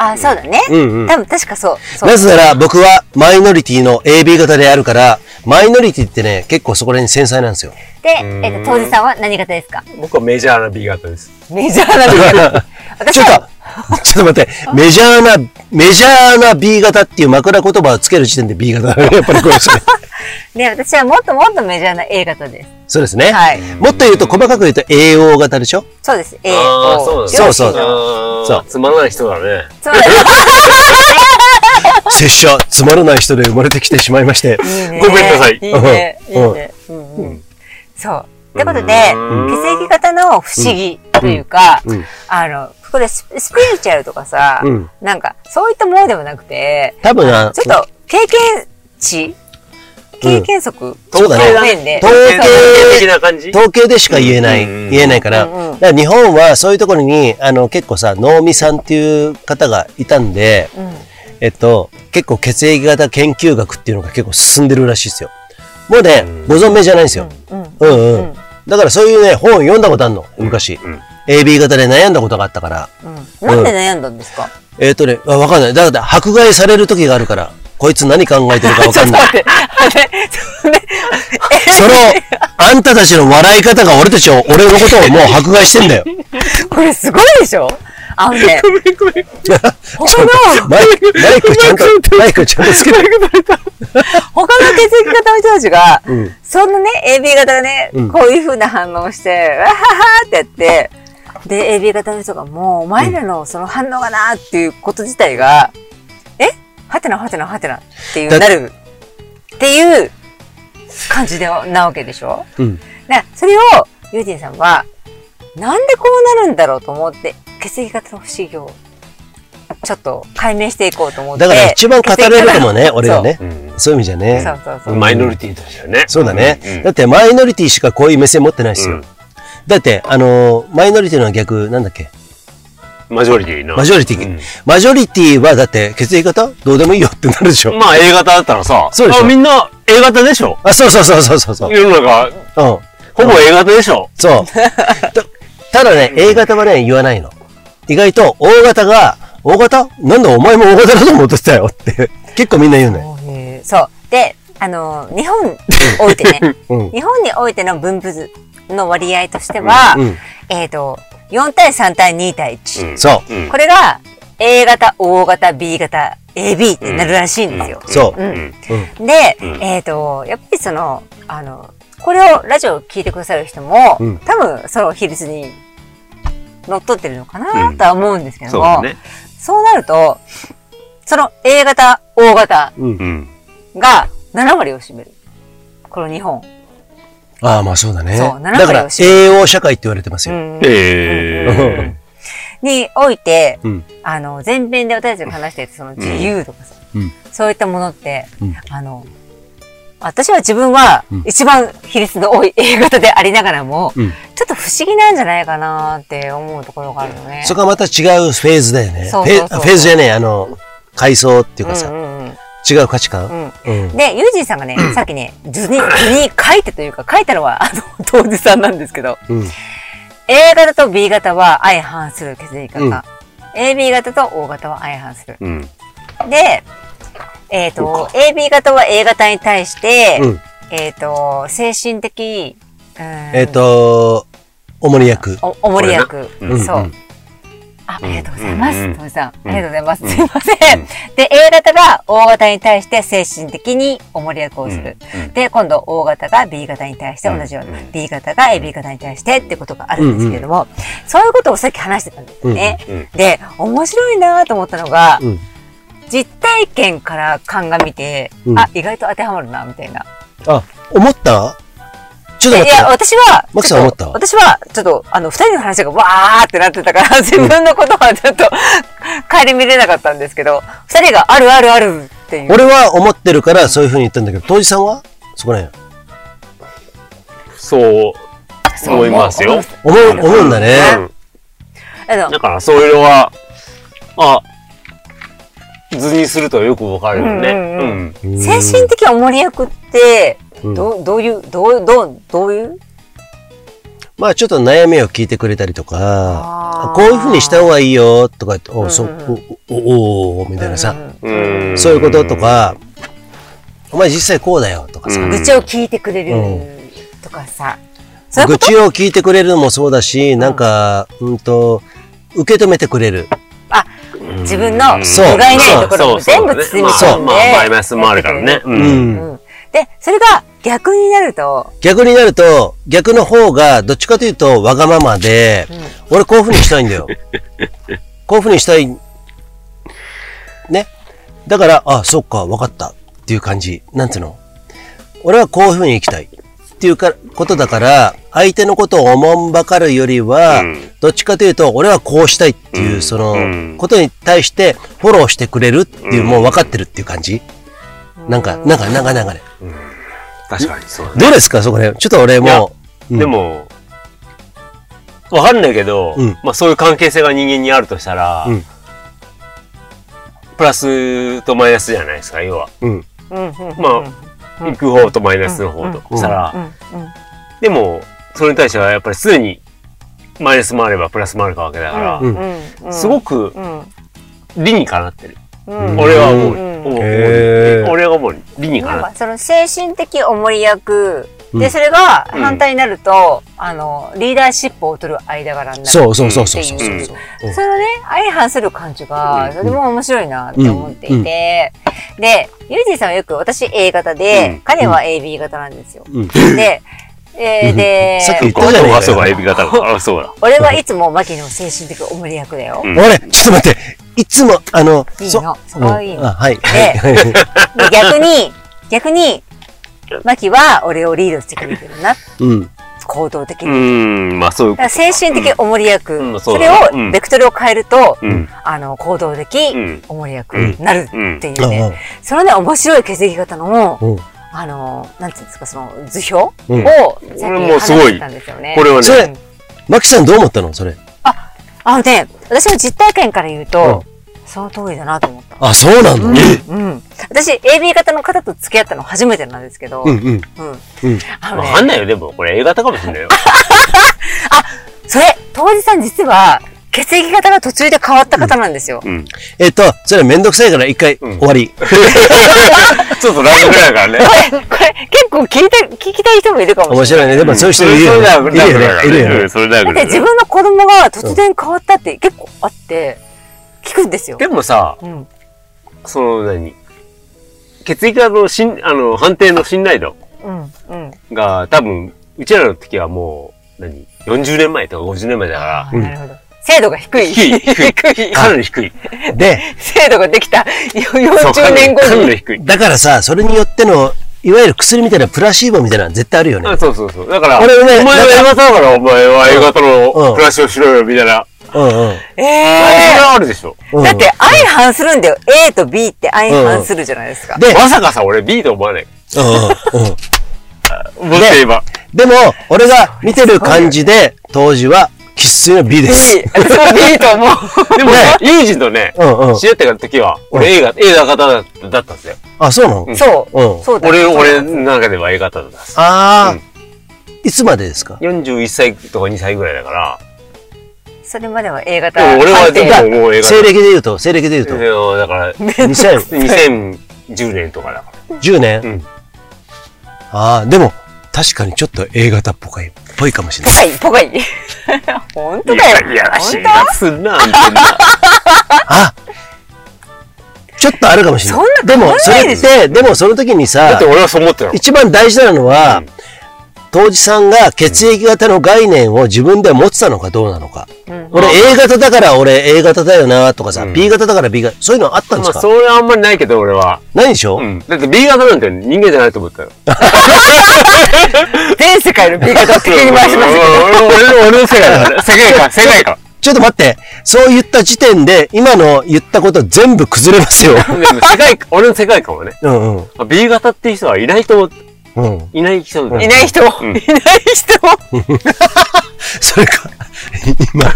あ、そうだね。
うんうん
多分確かそう。そう
なぜなら僕はマイノリティの AB 型であるから、マイノリティってね、結構そこら辺繊細なんですよ。
で、えっと、当時さんは何型ですか
僕はメジャーな B 型です。
メジャーな B 型。 私
ちょっ
は、
と、ちょっと待って、メジャーな、メジャーな B 型っていう枕言葉をつける時点で B 型だねやっ ぱりこれですね。
ね、私はもっともっとメジャーな A 型です。
そうですね。
はい
もっと言うと、細かく言うと AO 型でしょ
そうです。A
ああ、そ
O
うなんだ。
そうそうそう
う。つまらない人だね。
そうだね。
拙者、つまらない人で生まれてきてしまいまして。
いいね
ごめんなさい
いいね。いい
うん
ね。うんうん。そう。ってことで、血
うん
液型の不思議というか、あの、これススピリチュアルとかさ
うん、
なんか、そういったものでもなくて、
多分な、
ちょっと経験値経験則
そうだね
の面で。
統
典型的な感じ
統計でしか言えない、
うん
言えないから、
うんうん
だから日本はそういうところに、あの、結構さ、能見さんっていう方がいたんで、
ん
えっと、結構血液型研究学っていうのが結構進んでるらしいですよ。もうね、ご存命じゃないんですよ。うんうん。だからそういうね、本を読んだことあるの、昔。AB 型で悩んだことがあったから。
うんなんで悩んだんですか
えっ、とね、あわかんない。だから、迫害される時があるから、こいつ何考えてるかわ かんない。
待って、 待って、それ
その、あんたたちの笑い方が俺たちを、俺のことをもう迫害してんだよ。
これすごいでしょあの ね、
ちょっとマイク、マイクちゃんと、マイクちゃんとつけて。
他の血液型の人たちが、そんなね、AB 型がね、こういう風な反応をして、わははってやって、で、AB 型の人がもう、お前らのその反応がなっていうこと自体が、えはてなはてなはてなっていう、
だ
なるっていう感じでなわけでしょ
うん
だからそれを、ユーディンさんは、
なんでこうなるんだろうと思って、血液型の不思議を、ちょっと解明していこうと思って。
だから一番語れるかもね、俺らね
う。ん
そういう意味じゃね。
そうそうそう。
マイノリティとしてはね。
そうだね、
うん
だってマイノリティしかこういう目線持ってないですよ。
うん
だって、あのーマイノリティのは逆、なんだっけ
マジョリティな。
マジョリティ、
うん
マジョリティはだって血液型どうでもいいよってなるでしょ。
まあ A 型だったらさ、
そうでしょ
あみんな A 型でしょ
あ、そうそうそうそうそうそう。うん。
世の中、
そう。
ほぼ A 型でしょ
たただね、A 型はね、言わないの。意外と O 型が、O 型なんだお前も O 型だと思ってたよって。結構みんな言うのよ。
そういうそう。で、あの、日本においてね、
うん。
日本においての分布図の割合としては、
うん。
えっ、と、4対3対2対1。
うん
そ
うん
これが A 型、O 型、B 型、AB ってなるらしいんですよ。
う。そうう。
ん。
うん。
で、
うん
えっ、と、やっぱりその、あの、これを、ラジオを聞いてくださる人も、
うん
多分その比率に乗っ取ってるのかなとは思うんですけど
そう
も、
だね。
そうなると、その A 型、O 型
うん。
が7割を占める。この日本。
ああ、まあそうだね。
そう7
だから
割を、占
栄養社会って言われてます
う
よ。
ん
えー。
において、
うん
あの、前編で私たちが話していたその自由とかさ、
うん
そういったものって、
うん
あの、私は自分は
うん
一番比率の多い A 型でありながらも、
うん
ちょっと不思議なんじゃないかなって思うところがあるのね。
そこはまた違うフェーズだよね。
そうそうそう
フェフェーズじゃねえ、あの、階層っていうかさ、
うんうんうん
違う価値観、
うん
うん
で、ユージンさんがね、さっきね、図に、図に書いてというか、書いたのは、あの、当時さんなんですけど、
うん
A 型と B 型は相反する血液型、AB 型と O 型は相反する。
うん。
で、えっ、と、AB 型は A 型に対して、
うん
えっ、と、精神的、
え
え
っ、、と、主に役。
お、おもり役、
うん
そう、
うん
あ、ありがとうございます、
うんうん
富さん。あ
うん
りがとうございます。すいません。で、A 型が O 型に対して精神的におもり役をする。
うんうん
で、今度 O 型が B 型に対して同じよう
うん
な、
うん
B 型が AB 型に対してってことがあるんですけれども、そういうことをさっき話してたんですよね。
うんうん
で、面白いなと思ったのが、
うん
実体験から鑑みて、
うん
あ、意外と当てはまるな、みたいな。
あ、思ったちょっ
い
と
や、い
待って
や、。私は、
マキ
ち
さ
ょ
ん
っと
思った
私は、ちょっと、あの、二人の話がわーってなってたから、自分のことはちょっと、帰り見れなかったんですけど、二人があるあるあるっていう。
俺は思ってるからそういうふうに言ったんだけど、当時さんはそこら辺。
そう
そう
思いますよ。
思う、思うんだね。
あの
だ、からそういうのは、あ、図にするとよくわかるよね。
うんう
うんん。
うん
精神的おもり役って、
うん
どう、どういう、どういう、どう、どういう
まあちょっと悩みを聞いてくれたりとか
あー、
こういうふうにした方がいいよとか言って、
んう
お、
ん
そ、お、お、お、おみたいなさ、
うん
そういうことと、か、お前実際こうだよとかさ、
うん
愚痴を聞いてくれる
う
とかさ、そういう
愚
こと
痴を聞いてくれるのもそうだし、なんか、うんと、受け止めてくれる。
自分の
うん
そう
不甲斐ないところ
そ
も
うそう
全部
そう
包み
まあ
込んで。
まあ、マイナスもあるからね。う。
うんん。
うん。で、それが逆になると、
逆になると、逆の方が、どっちかというと、わがままで、俺こういう風にしたいん だよ。こういう風にしたい。ね。だから、あ、そっか、わかった。っていう感じ。なんつうの俺はこういう風に生きたい。っていうか、ことだから、相手のことをおもんばかるよりは、
うん
どっちかというと、俺はこうしたいっていう、
うん
そうの、
ん
ことに対して、フォローしてくれるっていう、もう分かってるっていう感じ。なんか、なんか、なんか、なんかね。
確かにそうだね
どうですか、そこね。ちょっと俺もう、うん
で、も、わかんないけど、
うん
まあそういう関係性が人間にあるとしたら、
うん
プラスとマイナスじゃないですか、要は。
うん。
うんうんうん
まあ、行く方とマイナスの方と
うん
したら、
うんうん
でも、それに対してはやっぱり常にマイナスもあればプラスもあるわけだから、
うん
うん
すごく
うん
理にかなってる。
うん
俺は思う。
うん
思う
へー
俺は思う。理にかな
な
んっ
かその精神的重り役
う
で
ん
それが反対になると、あのリーダーシップを取る間柄になる
そうそうそうそうそう
って
そ
いうう
そう。
そのね相反する感じが
うん
とても面白いなって思っていて、でユージンさんはよく私 A 型で、
うん
彼は AB 型なんですよ、
うん
で、えーで
さっき言っ
てる。
たじゃねえかよ
あそうか、エビ型だ。あ、そうだ。
俺はいつもマキの精神的重り役だよ、
うん
俺、ちょっと待って、いつも、あの、
いい
そ
のそこはいい
うん
の
あ、はい。
で逆に逆にマキは俺をリードしてくれてるな
うん。
行動的
う
に。だ
ん、まあそういう
か
こ
ら精神的重り役、
うんうんそ
そうれ
だねう
を
ん
ベクトルを変えると、
と。うん。
あの行動的
ん
重り役になるっていうね、
うんうん
そのね面白い血液型の、
うん
あのなんていうんですかその図表、
うん
を
これもうすごい
話してたんですよね。
これは
そ
ね、
れ、マキちゃんどう思ったのそれ。
あのね私の実体験から言うと、その通りだなと思った。
あ、そうなんだ。え
うん、私 AB 型の方と付き合ったの初めてなんですけど、
うんうん。
うん
うん
あの
わかん
ね、
ないよ、でも。これ A 型かもし れないよ。
それ当時さん実は血液型が途中で変わった方なんですよ。
うん。
えっと、それめんどくさいから一回
うん
終わり。
ちょっとライブぐらいだからね。
これ結構聞いた聞きたい人もいるかもしれな
面白いね。
い。
でもそういう人いるよ
それだ
ね。いるよね。いるよね。
うんそれだ
だって自分の子供が突然変わったって結構あって、聞くんですよ。
でもさ、
うん。
その何血液型のしんあの判定の信頼度
うん。うん。
が多分、うちらの時はもう、何 ?40 年前とか50年前だ
あ
か
ーなるほど。精度が低い。
低い低い
低い
ら、かなり低い。
で、
精度ができた
そうかな
40
り
年後
かな
に。
り低い。
だからさ、それによっての、いわゆる薬みたいなプラシーボみたいなの絶対あるよね。
あそうそうそう。だから、
俺ね
お前は A 型だから、お前は A 型
うん
の暮らしをしろよ、みたいな。
うんうん。
え
それ
え
はあるでしょ。
うん
ー。だって相反するんだよ。A と B って相反するじゃないですか。
で、
まさかさ、俺 B と思わない。
うんうんうん。
もし言えば。
でも、俺が見てる感じで、当時は、喫水の B です。
B。私も B と思う。
でもね、友人とね
う、んうん
知。り合ってから時は、俺 A が、A 型だだったんですよ。
あ、そうなの
そう。
うん。
そうだ
俺、
そう
俺
だ
の中では A 型だったんです。
ああ
うん、
いつまでですか
41歳とか2歳ぐらいだから、
それまでは
で
A 型。
も俺はで
判定
ももう A 型
西暦で言うと、西暦で言う
うんだから、
と、2010
2010年とかだか
年、
うん
ああ、でも、確かにちょっと A 型っぽかい、ぽいかもしれない。
ポカイ、ポカイ。本当
ら。
だよ。
いやらしい
本
な、すんな、みたいな。
あちょっとあるかもしれない。
そんな
でも、そ
変わらな
れ
いで
っ
しょ
て、でもその時に
だ
さ
って、俺はそう思ってたの。
一番大事なのは
うん、
当時さんが血液型の概念を自分で持ってたのかどうなのか。
ん
俺 A 型だから俺 A 型だよなとかさ、
うん
B 型だから B 型、そういうのあったんで
ます
か、
あ、それはあんまりないけど、俺は。
ないでしょ、
うん。だって B 型なんて人間じゃないと思ったよ。
当全世界の B 型を敵に回しましたけど。
俺の、俺の、俺の世界だから。世界観、世界観。
ちょっと待って、そう言った時点で、今の言ったこと全部崩れ ますよ。
でも世界観、俺の世界観はね、
うんうん。
あ B 型っていう人はいないと思っ
うん。
いない人だよ
いない人、
ん
いない人
それか、今、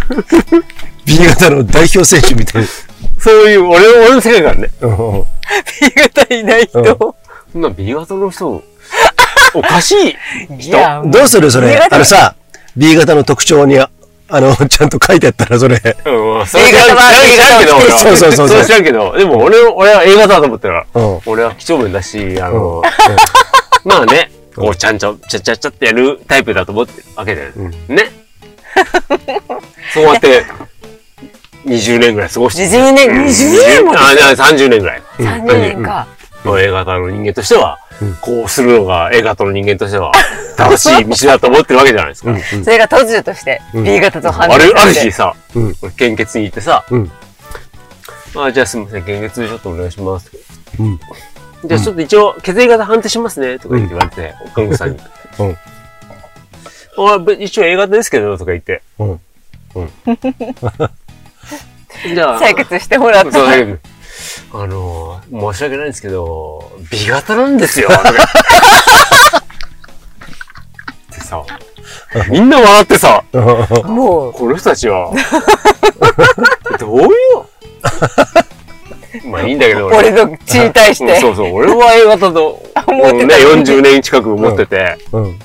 B 型の代表選手みたいな。
そういう、俺の、俺の世界観ね。
うんうん。
B 型いない人。
そんな B 型の人、 おかしい
いや、もう
どうするそれ。
B 型
あのさ、B 型の特徴に、あの、ちゃんと書いてあったら、それ。
うん、そ
A
れ知
型
らん
は
知らんけど、俺は
そうそうそうそう
それ知らんけど、でも俺は、俺は A 型だと思ってたか
う
ら、
ん
俺は几帳面だし、あの、まあね、こう、ちゃんちゃん、ちゃちゃちゃってやるタイプだと思ってるわけだよね。 ね。そうやって、20年ぐらい過ごして。
20年、20年も
あ、じゃあ30年ぐらい。
3年か。
の A 型の人間としては、こうするのが A 型の人間と しては、正しい道だと思ってるわけじゃないです か。
それが突如として B 型と判
あ
断
る、ある
され
日
て。
さ、
うん
俺献血に行ってさ、
うん
あじゃあすみません、献血ちょっとお願いします。
うん
じゃあちょっと一応、血液型判定しますね、とか言って言われて、看護師さんに。
うん
あべ一応 A 型ですけど、とか言って。
うん
うんじゃあ、
採血してもらった。
そうだけどあのー、申し訳ないんですけど、B 型なんですよ、とか言って。でさ、みんな笑ってさ、
もう、
この人たちは、 どうよ。まあいいんだけど、
俺の血に対し
うん
て。
そうそう、俺は A 型と、
思ってた
もうね、40年近く思ってて、
うん。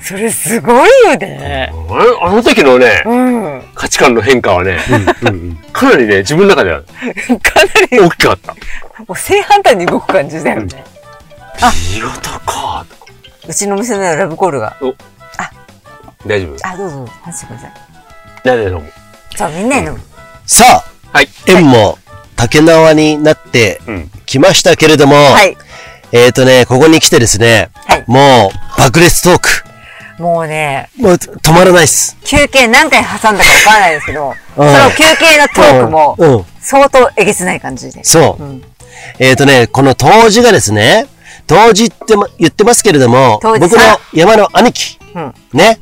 それすごいよね。
あれあの時のね、
うん。
価値観の変化はね、
うん。
かなりね、自分の中では
かなり、
大きかった。
もう正反対に動く感じだよね。
B 型か、とか。
うちの娘のラブコールが。
大丈夫
あ、どうぞ、話してください。
大丈夫
じゃあみんなの。
さあ、
はい。
縁も竹縄になって
うん。
きましたけれども、
はい。
えっ、ー、とね、ここに来てですね、
はい
もう爆裂トーク、
もうね、
もう止まらないっす。
休憩何回挟んだかわからないですけど、そ
うん
の休憩のトークも
うんうん、
相当えげつない感じで。
そう。
うん
えっ、ー、とね、この当時がですね、当時っても言ってますけれども、
当
僕
時
の
さ
山の兄貴、
うん
ね、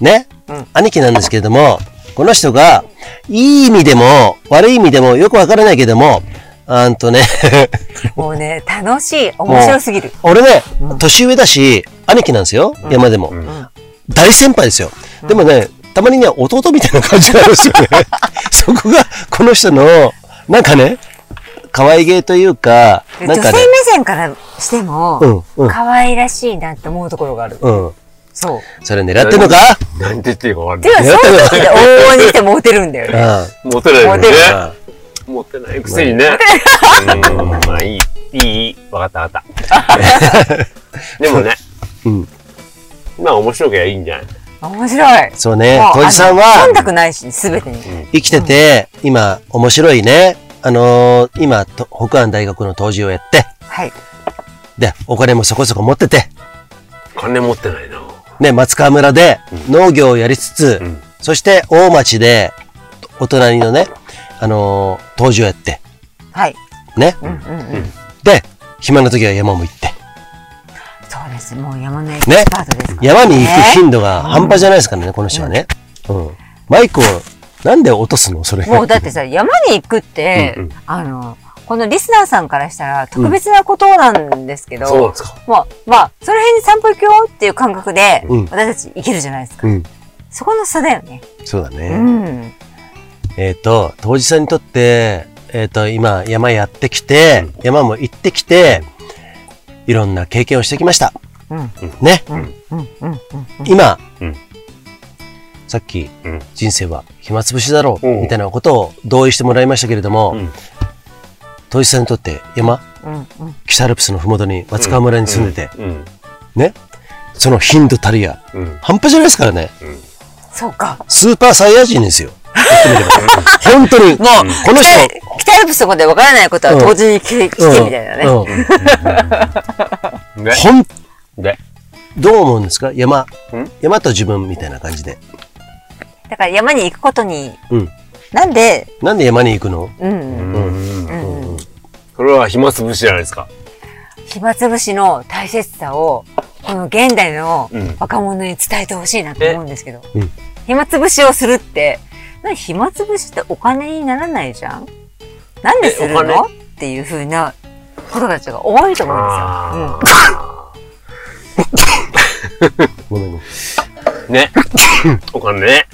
ね、
うん
兄貴なんですけれども、この人が、いい意味でも、悪い意味でも、よくわからないけども、あんとね、
もうね、楽しい。面白すぎる。
俺ね、年上だし、兄貴なんですよ、山でも。大先輩ですよ。でもね、たまにね、弟みたいな感じなんですよ ね。そこが、この人の、なんかね、可愛げというか、
女
なん
性
か
目
ね、
線からしても、
うん、うん、
可愛らしいなって思うところがある。
うん。
そう。
それ狙ってんのか
何出てるかわかん
で
ない。
は、そういう時で往々にしてモテるんだよ
う
ね。
ん。
モテないよね
モテ。
モテないくせにね。うん、まあいい、いい、いい。わかったわか った。でもね、
うん。
まあ面白けりゃいいんじゃない
面白い。
そうね
もう、
小路さんは
あの忖度ないし、すべてに。
生きてて、今、面白いね。あのー今、と北安大学の当時をやって、
はい。
で、お金もそこそこ持ってて、
金持ってないな。
ね、松川村で農業をやりつつ、
うん
そして大町で、お隣のね、あのー、当時をやって、
はい。
ね。
うんうんうん。
で、暇な時は山も行って。
そうです。もう山のエキスパートですから。
山に行く頻度が半端じゃないですからね、この人はね。うん。マイクを、なんで落とすのそれ。
もうだってさ、山に行くって、
うんうん
あの、このリスナーさんからしたら特別なことなんですけど、
そうなんですか。
まあ、まあ、その辺に散歩行くよっていう感覚で、
うん
私たち生きるじゃないですか。
うん
そこの差だよね。
そうだね。
うん。
えっ、と、当時さんにとって、えっ、と、今、山やってきて、山も行ってきて、いろんな経験をしてきました。
うん。
ね。
うん。うん。
今、
うん
さっき、
うん
人生は暇つぶしだろう、
うん
みたいなことを同意してもらいましたけれども、
うん
当時さんにとって山、
うん。うん。
北アルプスのふもとに松川村に住んでて、
うん。
ね。その頻度たるや、
うん。
半端じゃないですからね。
そうか。
スーパーサイヤ人ですよ。言ってみれば本当に。
もう、
この人、
北北アルプスとかでわからないことは同時に来て、来てみたいなね。
うんうん
で、
ほん、
で、
どう思うんですか山。山と自分みたいな感じで。
だから山に行くことに、
うん
なんで、
なんで山に行くの
うん。
うん。
うん。
それは暇つぶしじゃないですか。
暇つぶしの大切さを、この現代の
うん
若者に伝えてほしいなと思うんですけど。
えうん
暇つぶしをするって、な暇つぶしってお金にならないじゃんなんでする
えお
の
金
っていうふうなことたちが多いと思うんですよ。
あ
ごめんごめん
ーね。お金ね。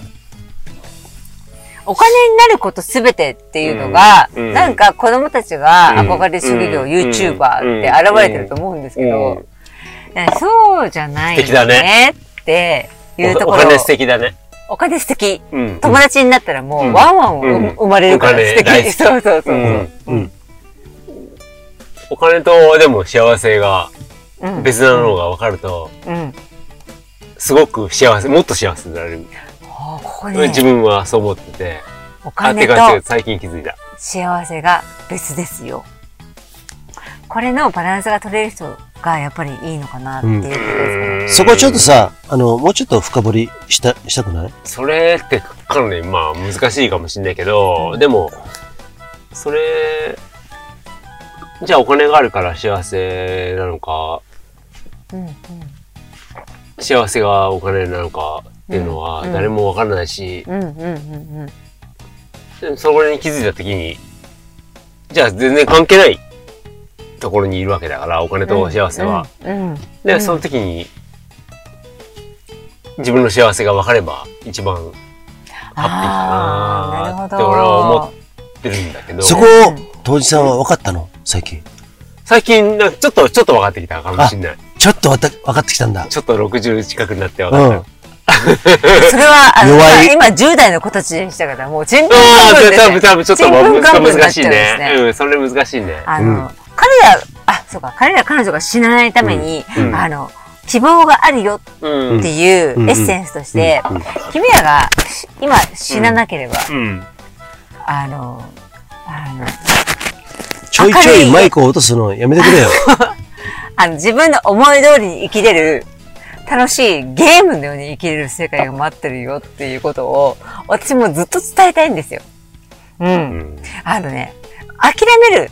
お金になることすべてっていうのが、
うんうん
なんか子供たちが
うん
憧れる職業、
うん
YouTuber って現れてると思うんですけ
う
ど
ん、
ねそうじゃない
素敵だ
よねっていうと
おお
ころ。
金素敵だね。
お金素敵。
うん。
友達になったらも
う
うんワンワンを生
うん
生まれるから
お金
素敵
大好き
に。そうそうそうう。
ん。うん。お金と、でも幸せが
うん
別なのが分かると、
うん。
すごく幸せ、もっと幸せになれる。
あーここね、
自分はそう思ってて。
お
あ、
金
てか、
と
最近気づいた。
幸せが別ですよ。これのバランスが取れる人がやっぱりいいのかなっていうことで
そこちょっとさ、あの、もうちょっと深掘りした、したくない
それってかなりまあ難しいかもしれないけど、でも、それ、じゃあお金があるから幸せなのか、
すね。
幸せがお金なのかっていうのは
うん
誰もわからないし、
うんうんうんうんうん。
そこに気づいた時に、じゃあ全然関係ないところにいるわけだから、お金と幸せは。
うん。うんう
で、
ん
その時に、自分の幸せが分かれば一番合
ああ、な
なー
るほ
って
ど。
俺は思ってるんだけど、
そこを、当時さんは分かったの最近。
最近、なんかちょっと、ちょっと分かってきたかもしれない。
ちょっとわた分かってきたんだ。
ちょっと60近くになって分
う
かった。
ん。
それは、あの、
弱い
今今10代の子たちでしたから、もう、ちんぷん
あ
かんぷん
あ、
で
多
す
分
ね
多分ちょっと
ちんぷんかんぷんになっ
難し
ち
い
ゃうんです
ね。うん、それ難しいね。
あの、彼ら、あ、そうか、彼ら彼女が死なないために、
うんうん
あの、希望があるよっ
うん。
ていう
うん
エッセンスとして、君らがし今死ななければ、
うん。
あの、あの、
ちょいちょいマイクを落とすのやめてくれよ。
あの自分の思い通りに生きれる、楽しいゲームのように生きれる世界が待ってるよっていうことを、私もずっと伝えたいんですよ。うん
うん
あのね、諦める。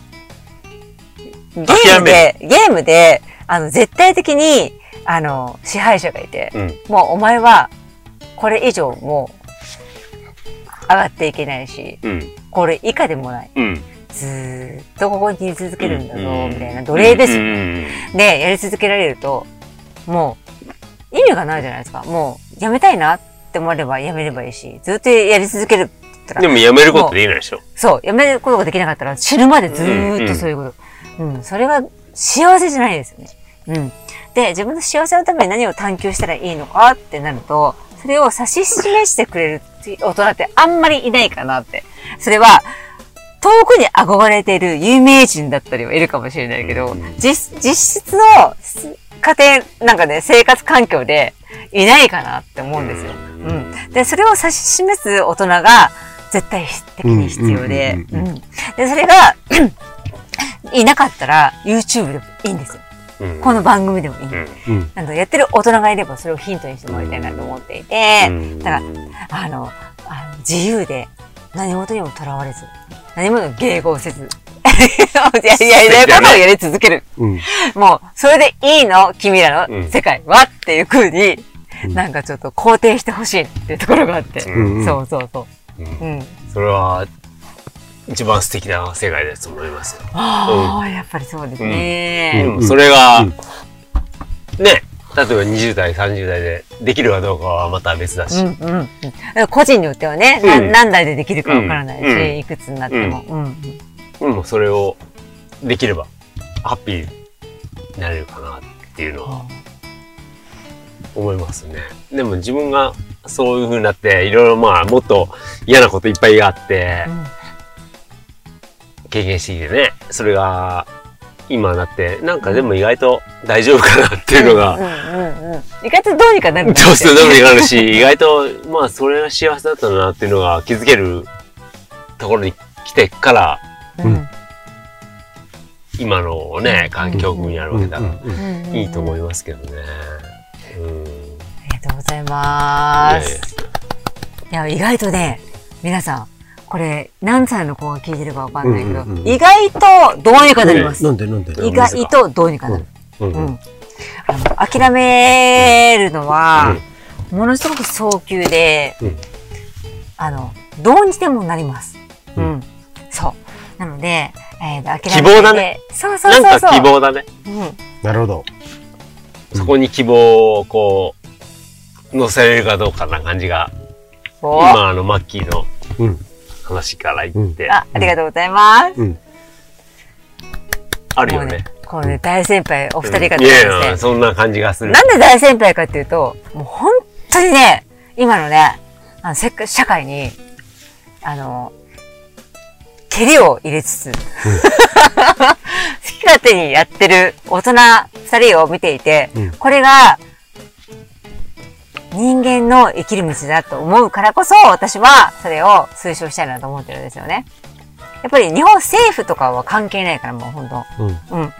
ゲームで、ゲームで、あの、絶対的に、あの、支配者がいて、
うん
もうお前は、これ以上もう、上がっていけないし、
うん。
これ以下でもない。
うん。
ずーっとここに居続けるんだぞ、みたいな、奴
奴
隷です
う
よ
ん
ね。
うん
で、やり続けられると、もう、意味がないじゃないですか。もう、やめたいなって思えればやめればいいし、ずっとやり続けるって言った
うん
ら
で、もやめることできないでしょ。
そう、やめることができなかったら死ぬまでずーっとそういうこと。うん、それは幸せじゃないですよね。うん。で、自分の幸せのために何を探求したらいいのかってなると、それを指し示してくれるっていう大人ってあんまりいないかなって。それは、遠くに憧れている有名人だったりはいるかもしれないけど、実実質の家庭、なんかね、生活環境でいないかなって思うんですよ。うん。で、それを指し示す大人が絶対的に必要で、
う
うん。
うん
で、それが、 いなかったら YouTube でもいいんですよ。
うん
この番組でもいい。
うんうん
あのやってる大人がいればそれをヒントにしてもらいたいなと思っていて、
うん
だからあのあの自由で何事にもとらわれず何者にも迎合せず やりやりたいことをやり続ける、
うん
もうそれでいいの君ら
う
の
ん
世界は、っていう風になんかちょっと肯定してほしいっていうところがあって、
うん
そうそうそう、うん
それは、一番素敵な世界だと思いますよ。
ああやっぱりそうですね、
でもそれが、ね、例えば20代、30代でできるかどうかはまた別だ
う
し。
んうんうん、個人によってはね、な
うん
何代でできるかわからないし、
うん
いくつになっても、うんうん
うん、それをできれば、ハッピーになれるかなっていうのは、思いますね。でも自分がそういう風になって、いろいろまあ、もっと嫌なこといっぱいあって、経験してきてね、それが、今なって、なんかでも意外と大丈夫かなっていうのが、
うんうんうん、意外とどうにか な
ど
るん
う
だって
してもダメになるし、意外と、まあ、それが幸せだったなっていうのが気づけるところに来てから、
うん
今のね、環境にあるわけだから、
うんうん
いいと思いますけどね。うん。
ありがとうございます。いや、意外とね、皆さん、これ、何歳の子が聞いてるかわかんないけど、
うんうんうん
意外とどうにかなります。
なんでなんで
意外とどうにかなる。
うん
うんあの諦めるのは、ものすごく早急で、
うん
あの、どうにでもなります。うん。そう。なので、えー、諦め
希望だ
ね。そうそう
なん
そ
か
うそう。
希望だね。
うん
なるほど。
そこに希望をこう、乗せれるかどうかな感じが、
お
今あのマッキーの
うん
話から言って、
あ、ありがとうございます。
ある
も
よ
うね
ね。、
こうね、大先輩、お二人方が
い
です
やいや、
ね、
そんな感じがする。
なんで大先輩かっていうと、もう本当にね、今のね、あのせっか社会に、あの、蹴りを入れつつ、好き勝手にやってる大人二人を見ていて、
うん
これが、人間の生きる道だと思うからこそ、私はそれを推奨したいなと思ってるんですよね。やっぱり日本政府とかは関係ないから、もう本当。うん。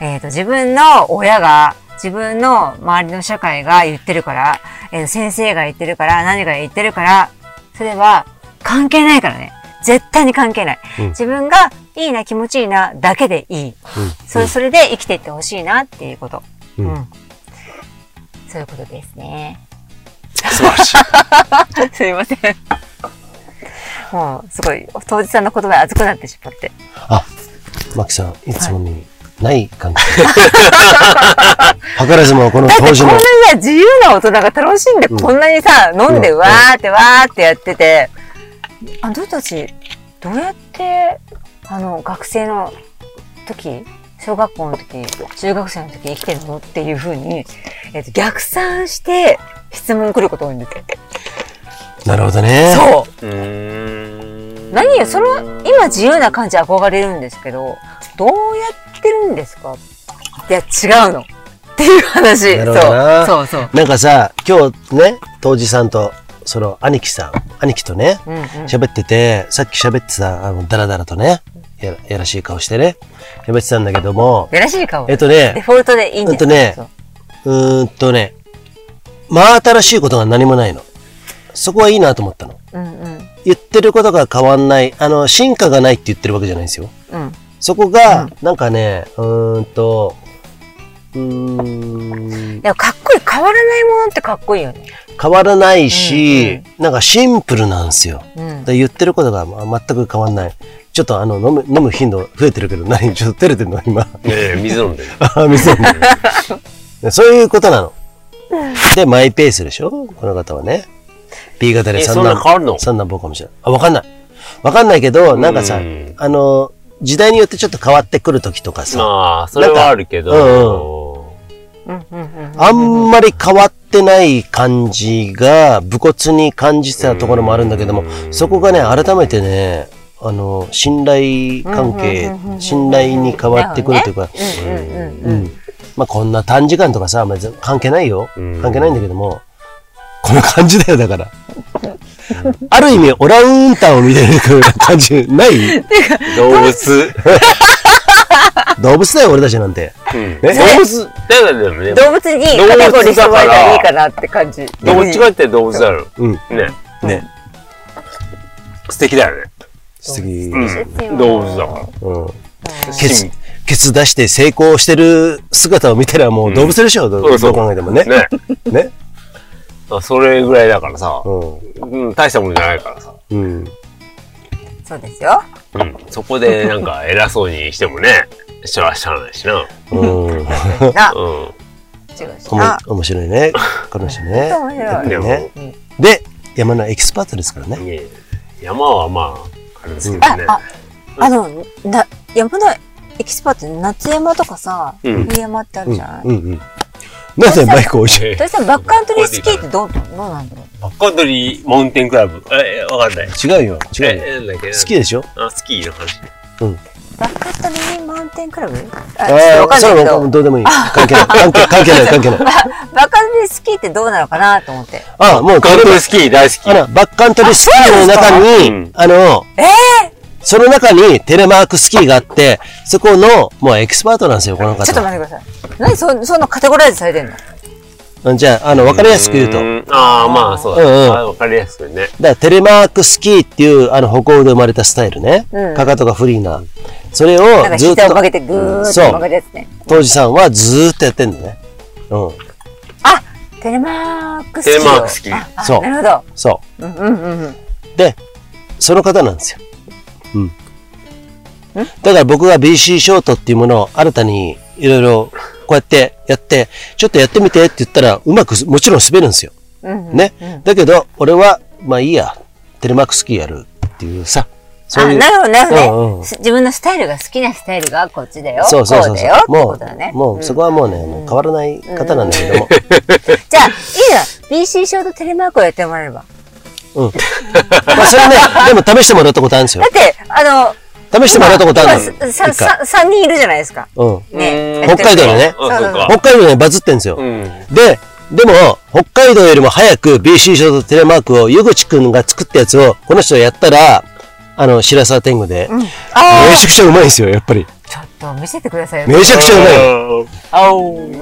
えっ、と、自分の親が、自分の周りの社会が言ってるから、えーと先生が言ってるから、何が言ってるから、それは関係ないからね。絶対に関係ない。自分がいいな、気持ちいいな、だけでいい。それそれで生きていってほしいなっていうこと。うん。そういうことですね。
素晴らしい。
すいません。もう、すごい、当時さんの言葉に熱くなってしまって。
マキさん、いつもにない感じ。 図らずもこの
だってこ
当時
ん
の
なに。さ、自由な大人が楽しんで、こんなにさ、飲んで、
うん
わーってわーってやってて、あの人たち、どうやって、あの、学生の時、小学校の時、中学生の時生きてるのっていうふうに、えっ、と、逆算して質問来ることが多いんですよ。
なるほどね。
そう
ーん。
何よ、その、今自由な感じ憧れるんですけど、どうやってるんですかいや、違うの。っていう話。
なるほどな
そう。そうそう。
なんかさ、今日ね、当時さんと、その兄貴さん、兄貴とね、
うんうん。
喋ってて、さっき喋ってさ、あの、ダラダラとね、やらやらしい顔してね、喋ってたんだけども、
やらしい顔。
えっと
デ
ね、
フォルトでいいんですよ
えっとね
そう
うーんとね、真新しいことが何もないの。そこはいいなと思ったの。
うんうん
言ってることが変わんない、あの、進化がないって言ってるわけじゃないんですよ。
うん
そこが、なんかね、うーんと、うーん
でもかっこいい、変わらないものってかっこいいよね。
変わらないし、なんかシンプルなんですよ。
うん。
で言ってることがまあ全く変わんない。ちょっとあの飲む飲む頻度増えてるけど何ちょっと照れてるの今。
ええ、水飲 んでる。
あ見せる ねそういうことなの。で、マイペースでしょこの方はね。B 型で
え
三
そんな変わる
男
の
三男坊かもしれない。あ、わかんない。わかんないけど、なんかさ
うん、
あの、時代によってちょっと変わってくる時とかさ、
まあ、それはあるけど。
うんうんうん
あんまり変わってない感じが、武骨に感じてたところもあるんだけども、そこがね、改めてね、あの、信頼関係
うんうんうんうんう、ん
信頼に変わってくるというか、
うんうん
う
うんうん。
んまあこんな短時間とかさ、まあ、関係ないよ、
うん
関係ないんだけどもこの感じだよだから ある意味オランウータンを見てる感じない
動物。
動物だよ俺たちなんて、
うん
ね、動物
だからでもね、
動物にカテゴリーしてもらえたらいいかなって感じ。
どっちかって動物だろ。
うん
ね。
ね
素敵だよね。
素敵、
う
うん
ん。動物だか
ケツケツ出して成功してる姿を見たらもう動物でしょ、うど
ら。
どう考えてもね
ね。
ね
あそれぐらいだからさ、
う
うん、大したものじゃないからさ。
ん、うん、
そうですよ。
うん。そこでなんか偉そうにしてもね、しゃらしゃらないしな。
うん、
な、
うん。
違うし
おも
な。
面白いねこの人ね
面白い
でも
ね、で山のエキスパートですからね
いえ山はまあ、あれですけどね。
ああの、な、山のエキスパート、夏山とかさ、
うん
冬山ってあるじゃない、
うんうん。なんでバイク置いちゃう
どうしてもバックカントリースキーってどう、どうなんだろう
バックカントリーマウンテンクラブ。え、わかんない。
違うよ。違うよ。
え、なんだっけ
好きでしょ
あ、スキーの話。
バックカントリーマウンテンクラブ
あ
あ、ちょっとわかんないけ
それは
ど、
どうでもいい。関係ない。関係関係ない、関係ない。
バックカントリースキーってどうなのかなと思って。
あ、もう、
バックカントリースキー大好き。
あの、バックカントリースキーの中に、あの、その中にテレマークスキーがあって、そこの、もうエキスパートなんですよ、この
ちょっと
方。
待ってください。何そ、そのカテゴライズされてんの
じゃあ、あの、わかりやすく言うと、だか
ん。ああ、まあそうだね。
うんうん
あわかりやすくね。
らテレマークスキーっていう、あの、歩行で生まれたスタイルね。かかとがフリーな。それ
なん
を
か
ずっ
膝を曲
と、
げてぐーっと
そう
曲げるやつね。
当時さんはずーっとやってんのね。うん。
あ、テレマークスキーを。
テレマークスキー
ああ
そう
なるほど。
そう。
うんうんうんうん。
で、その方なんですよ。うん。だから僕が BC ショートっていうものを新たにいろいろこうやってやって、ちょっとやってみてって言ったら、うまくもちろん滑るんですよ。ね。だけど、俺は、まあいいや、テレマックスキーやるっていうさ、そういう。
あ、なるほど、なるほどね、
うんうん
す自分のスタイルが好きなスタイルがこっちだよ。
そうそうそう
こ
そ
だよ
う。
って
も
ことだね
う、。もうそこはもうね、もう変わらない方なんだけども。
じゃあ、いいや、BC ショートテレマークをやってもらえれば。
まあそれね、でも試してもらったことあるん ですよ
だっ。て、あ
試してもらったことあるん
の、
ですよ。
さ、
一回
さ、三人いるじゃないですか。
うん。
ね。
北海道のね
あ、そうか。
北海道でバズってんですよ。
うん。
で、でも、北海道よりも早く BC ショートテレマークを、湯口くんが作ったやつを、この人がやったら、あの、白沢天狗で、め
あ
ちゃくちゃうまいんですよ、やっぱり。
あ、ちょっと見せてくださいよ。
めちゃくちゃうまい
あお。
うん。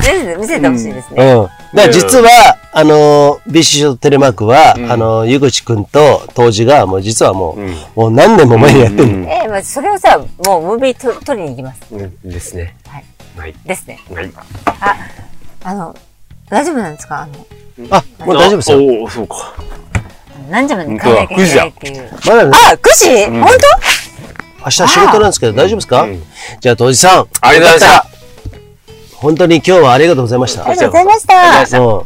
全部見せてほしいですね。
うん。だから実は、あの、BC ショートテレマークは、あの、湯口くんと当時が、もう実はもう、
うん
もう何年も前にやってんの。
ええまあ、それをさ、もうムービーと撮りに行きます。
うん。ですね。
はい。
はい。
ですね。
はい。
あの、大丈夫なんですかあの、
あ、もう大丈夫ですよ。
おお、そうか。
何時までに行かなきゃいけないっていう。
まだね、
あ、9時、本
明日仕事なんですけど、大丈夫ですか、
うん
じゃあ、当時さん。
ありがとうございました
よかった。本当に今日はありがとうございました
当あ。りがとうございまし
ありがとうござい
た
ま。した
うん。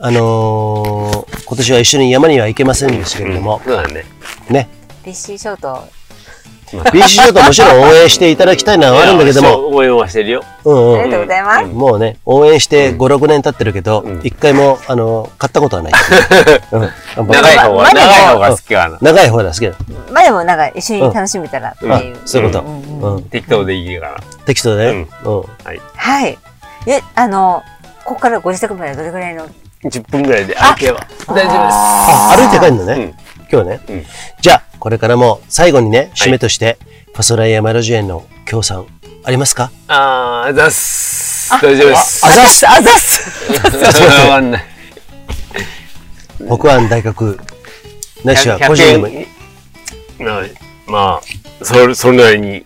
あのー今年は一緒に山には行けませんでしたけれども、
そうだね。
ね。
BC ショート
BC ショートもちろん応援していただきたいのはあるんだけども、
そう応援はしてるよ。
うん
あり
う
がとうございます。
ん。もうね、応援して5、6年経ってるけど、一回も、あのー買ったことはない。うん
長い方
ま
が、
あまあ
長い方が好きかな。
長い方だ好きだ。
まあでもなんか一緒に楽しめたらって
あ
いう。
そういうこ
うんうん
と。うん。
適当でいいから。
適当だね。うん。
はい。え、あの、ここからご自宅までどれぐらいの
10分ぐらいで歩けば。大丈夫です。
あ、歩いて帰るのね。今日ね。
うん
じゃあ、これからも最後にね、締めとして、パソライヤマラジュエンの協賛ありますか
あー、あざっす。大丈夫です。
あざっす
あざっす
わかんない。
北安大学、ないしは個人でも
100円。なまあ、それ、それなりに。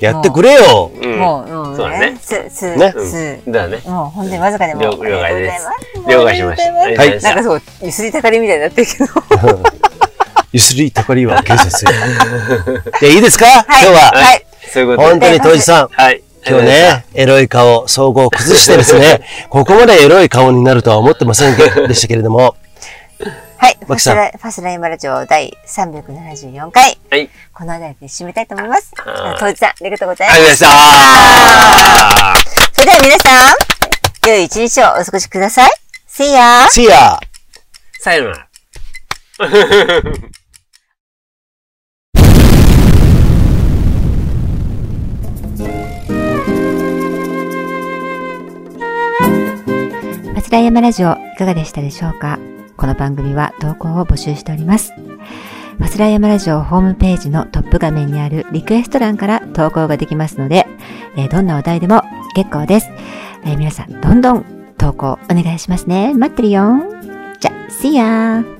やってくれよ。
うん。
もう、うん、
そうだね
す、す、
ね
す、
だよね。
もう本当にわずかでも。
了了解です
ありがとうございます
了解しました。
あ
あ
りが
りがとう
とうござ
ご
いますな
ざいまし
んかそう、ゆすりたかりみたいになってる けど。
ゆすりたかりは警察よ。で、いいですか今日は。
はい。
た。そういうこと
本
で。
当に当時さん。
はい。
今日ね、エロい顔、総合を崩してですね、ここまでエロい顔になるとは思ってませんけでしたけれども、
はい。フ
マ
ァ
キ
ス
さん
ライ、ファスライマラジオ第374回。
はい。
この辺りで締めたいと思います。
はい
当時さん、ありがとうござい
あ
ま
りがとうございまし
す。
た。
それでは皆さん、良い一日をお過ごしください。See ya!
See ya!
さよなら。
松田山ラジオいかがでしたでしょうかこの番組は投稿を募集しております。松田山ラジオホームページのトップ画面にあるリクエスト欄から投稿ができますので、えーどんなお題でも結構です。えー皆さん、どんどん投稿お願いしますね。待ってるよ。じゃ、See ya!